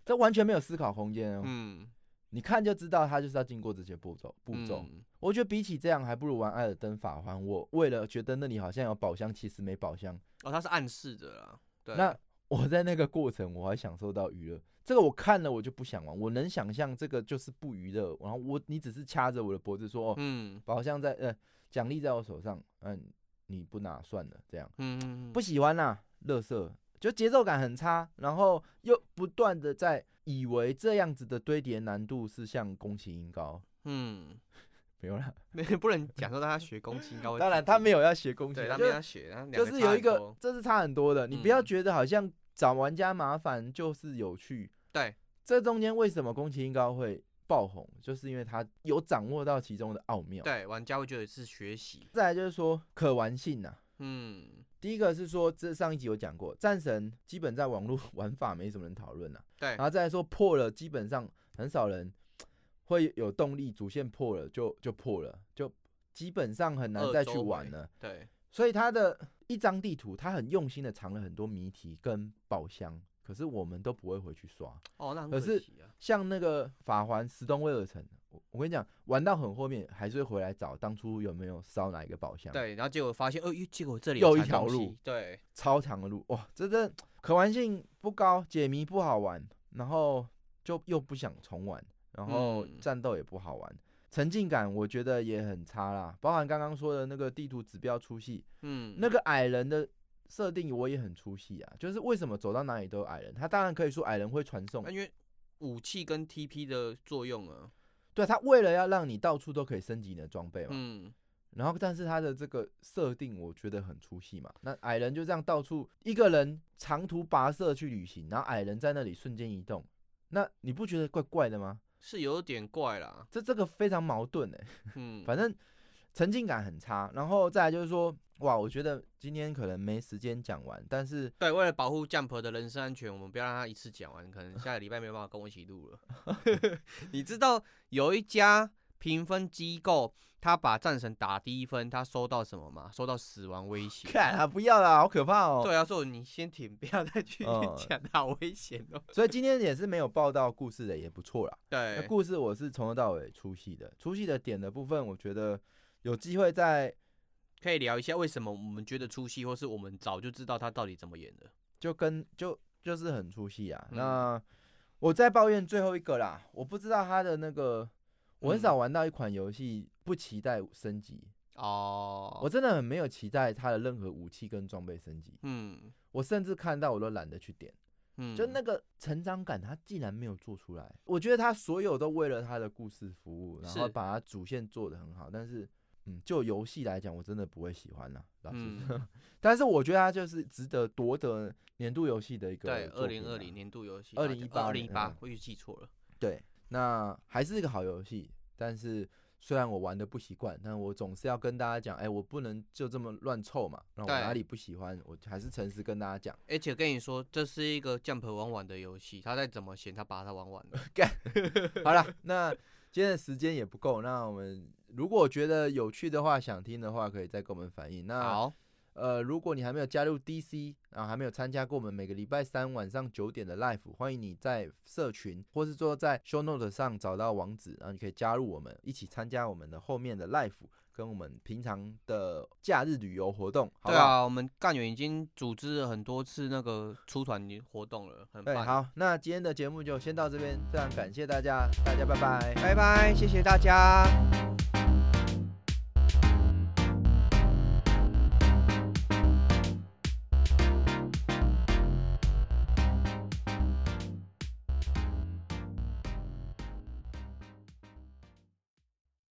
这完全没有思考空间哦。
嗯，
你看就知道，它就是要经过这些步骤步骤。
嗯
我觉得比起这样，还不如玩《艾尔登法环》。我为了觉得那里好像有宝箱，其实没宝箱。
哦，它是暗示的啦，对，
那我在那个过程，我还享受到娱乐。这个我看了，我就不想玩。我能想象这个就是不娱乐。然后我你只是掐着我的脖子说：“哦，
嗯
宝箱在呃，奖励在我手上，嗯、你不拿算了。”这样
嗯嗯，
不喜欢啦，乐色就节奏感很差，然后又不断的在以为这样子的堆叠难度是像宫崎英高，
嗯，
没有啦。
没 不能讲说他学攻击，应该会
当然
自
他
己
没有要学攻击，
对，他
就
没有学，然后两
就是有
差
一
很
个
多，
这是差很多的。你不要
嗯
觉得好像找玩家麻烦就是有趣，
对，
这中间为什么宫崎英高会爆红，就是因为他有掌握到其中的奥妙。，
对玩家会觉得是学习，
再来就是说可玩性呐、
嗯，
第一个是说，这上一集有讲过，战神基本在网络 玩法没什么人讨论了，
对
然，后再来说破了，基本上很少人会有动力，主线破了就就破了，就基本上很难
二
再去
周
玩
回
了。
对，
所以它的一张地图，它很用心的藏了很多谜题跟宝箱，可是我们都不会回去刷。
哦，那很
可是
惜啊，
像那个法环斯东威尔城，我我跟你讲，玩到很后面还是会回来找当初有没有烧哪一个宝箱，，
对，然后结果发现，哦，咦结果这里
又
有
一
藏
条
东
路
西，对，
超长的路，哇，这真的可玩性不高，解谜不好玩，然后就又不想重玩，然后
嗯
战斗也不好玩。沉浸感我觉得也很差啦，包含刚刚说的那个地图指标出戏，
嗯，
那个矮人的设定我也很出戏啊，就是为什么走到哪里都有矮人？他当然可以说矮人会传送
那，啊因为武器跟 TP 的作用啊，
对他为了要让你到处都可以升级你的装备嘛。
嗯，
然后，但是他的这个设定我觉得很出戏嘛。那矮人就这样到处一个人长途跋涉去旅行，然后矮人在那里瞬间移动，那你不觉得怪怪的吗？
是有点怪啦，
这这个非常矛盾哎、
嗯，
反正沉浸感很差。然后再来就是说，哇，我觉得今天可能没时间讲完，但是
对，为了保护 Jump 的人身安全，我们不要让他一次讲完，可能下个礼拜没有办法跟我一起录了。 你知道有一家评分机构，他把战神打低分，他收到什么吗？收到死亡威 胁。
看啊，不要啦，好可怕哦。
对啊，所以你先停，不要再去
嗯
讲，好危险 哦。
所以今天也是没有报道故事的，也不错啦。那
对，
故事我是从头到尾出戏的，出戏的点的部分，我觉得有机会再
可以聊一下为什么我们觉得出戏，或是我们早就知道他到底怎么演的。
就跟就就是很出戏啊。
嗯
那我再抱怨最后一个啦，我不知道他的那个，我很少玩到一款游戏不期待升级，
哦，
我真的很没有期待它的任何武器跟装备升级，
嗯
我甚至看到我都懒得去点。
嗯，
就那个成长感，他竟然没有做出来。我觉得他所有都为了他的故事服务，然后
是
把他主线做得很好。但是，嗯，就游戏来讲，我真的不会喜欢啦，老实
嗯
说。但是我觉得他就是值得夺得年度游戏的一个
对二
作品啊
零
啦
二零年度游戏，
2018
二零一八
嗯，
我又记错了。
对，那还是一个好游戏。但是虽然我玩的不习惯，但我总是要跟大家讲，哎、我不能就这么乱凑嘛。那我
对
哪里不喜欢，我还是诚实跟大家讲。
而且跟你说，这是一个 Jump 玩完的游戏，他再怎么闲，他把它玩完了。
好了，那今天的时间也不够，那我们如果觉得有趣的话，想听的话，可以再跟我们反映。 那
好，
呃，如果你还没有加入 DC 啊，还没有参加过我们每个礼拜三晚上九点的 Live，欢迎你在社群或是说在 Show Note 上找到网址，然后你可以加入我们，一起参加我们的后面的 Live。跟我们平常的假日旅游活动，好哎
对
不好？
啊，我们干员已经组织了很多次那个出团活动了，很
对，
棒。，
好，那今天的节目就先到这边，非常感谢大家，大家拜拜。
拜拜，谢谢大家。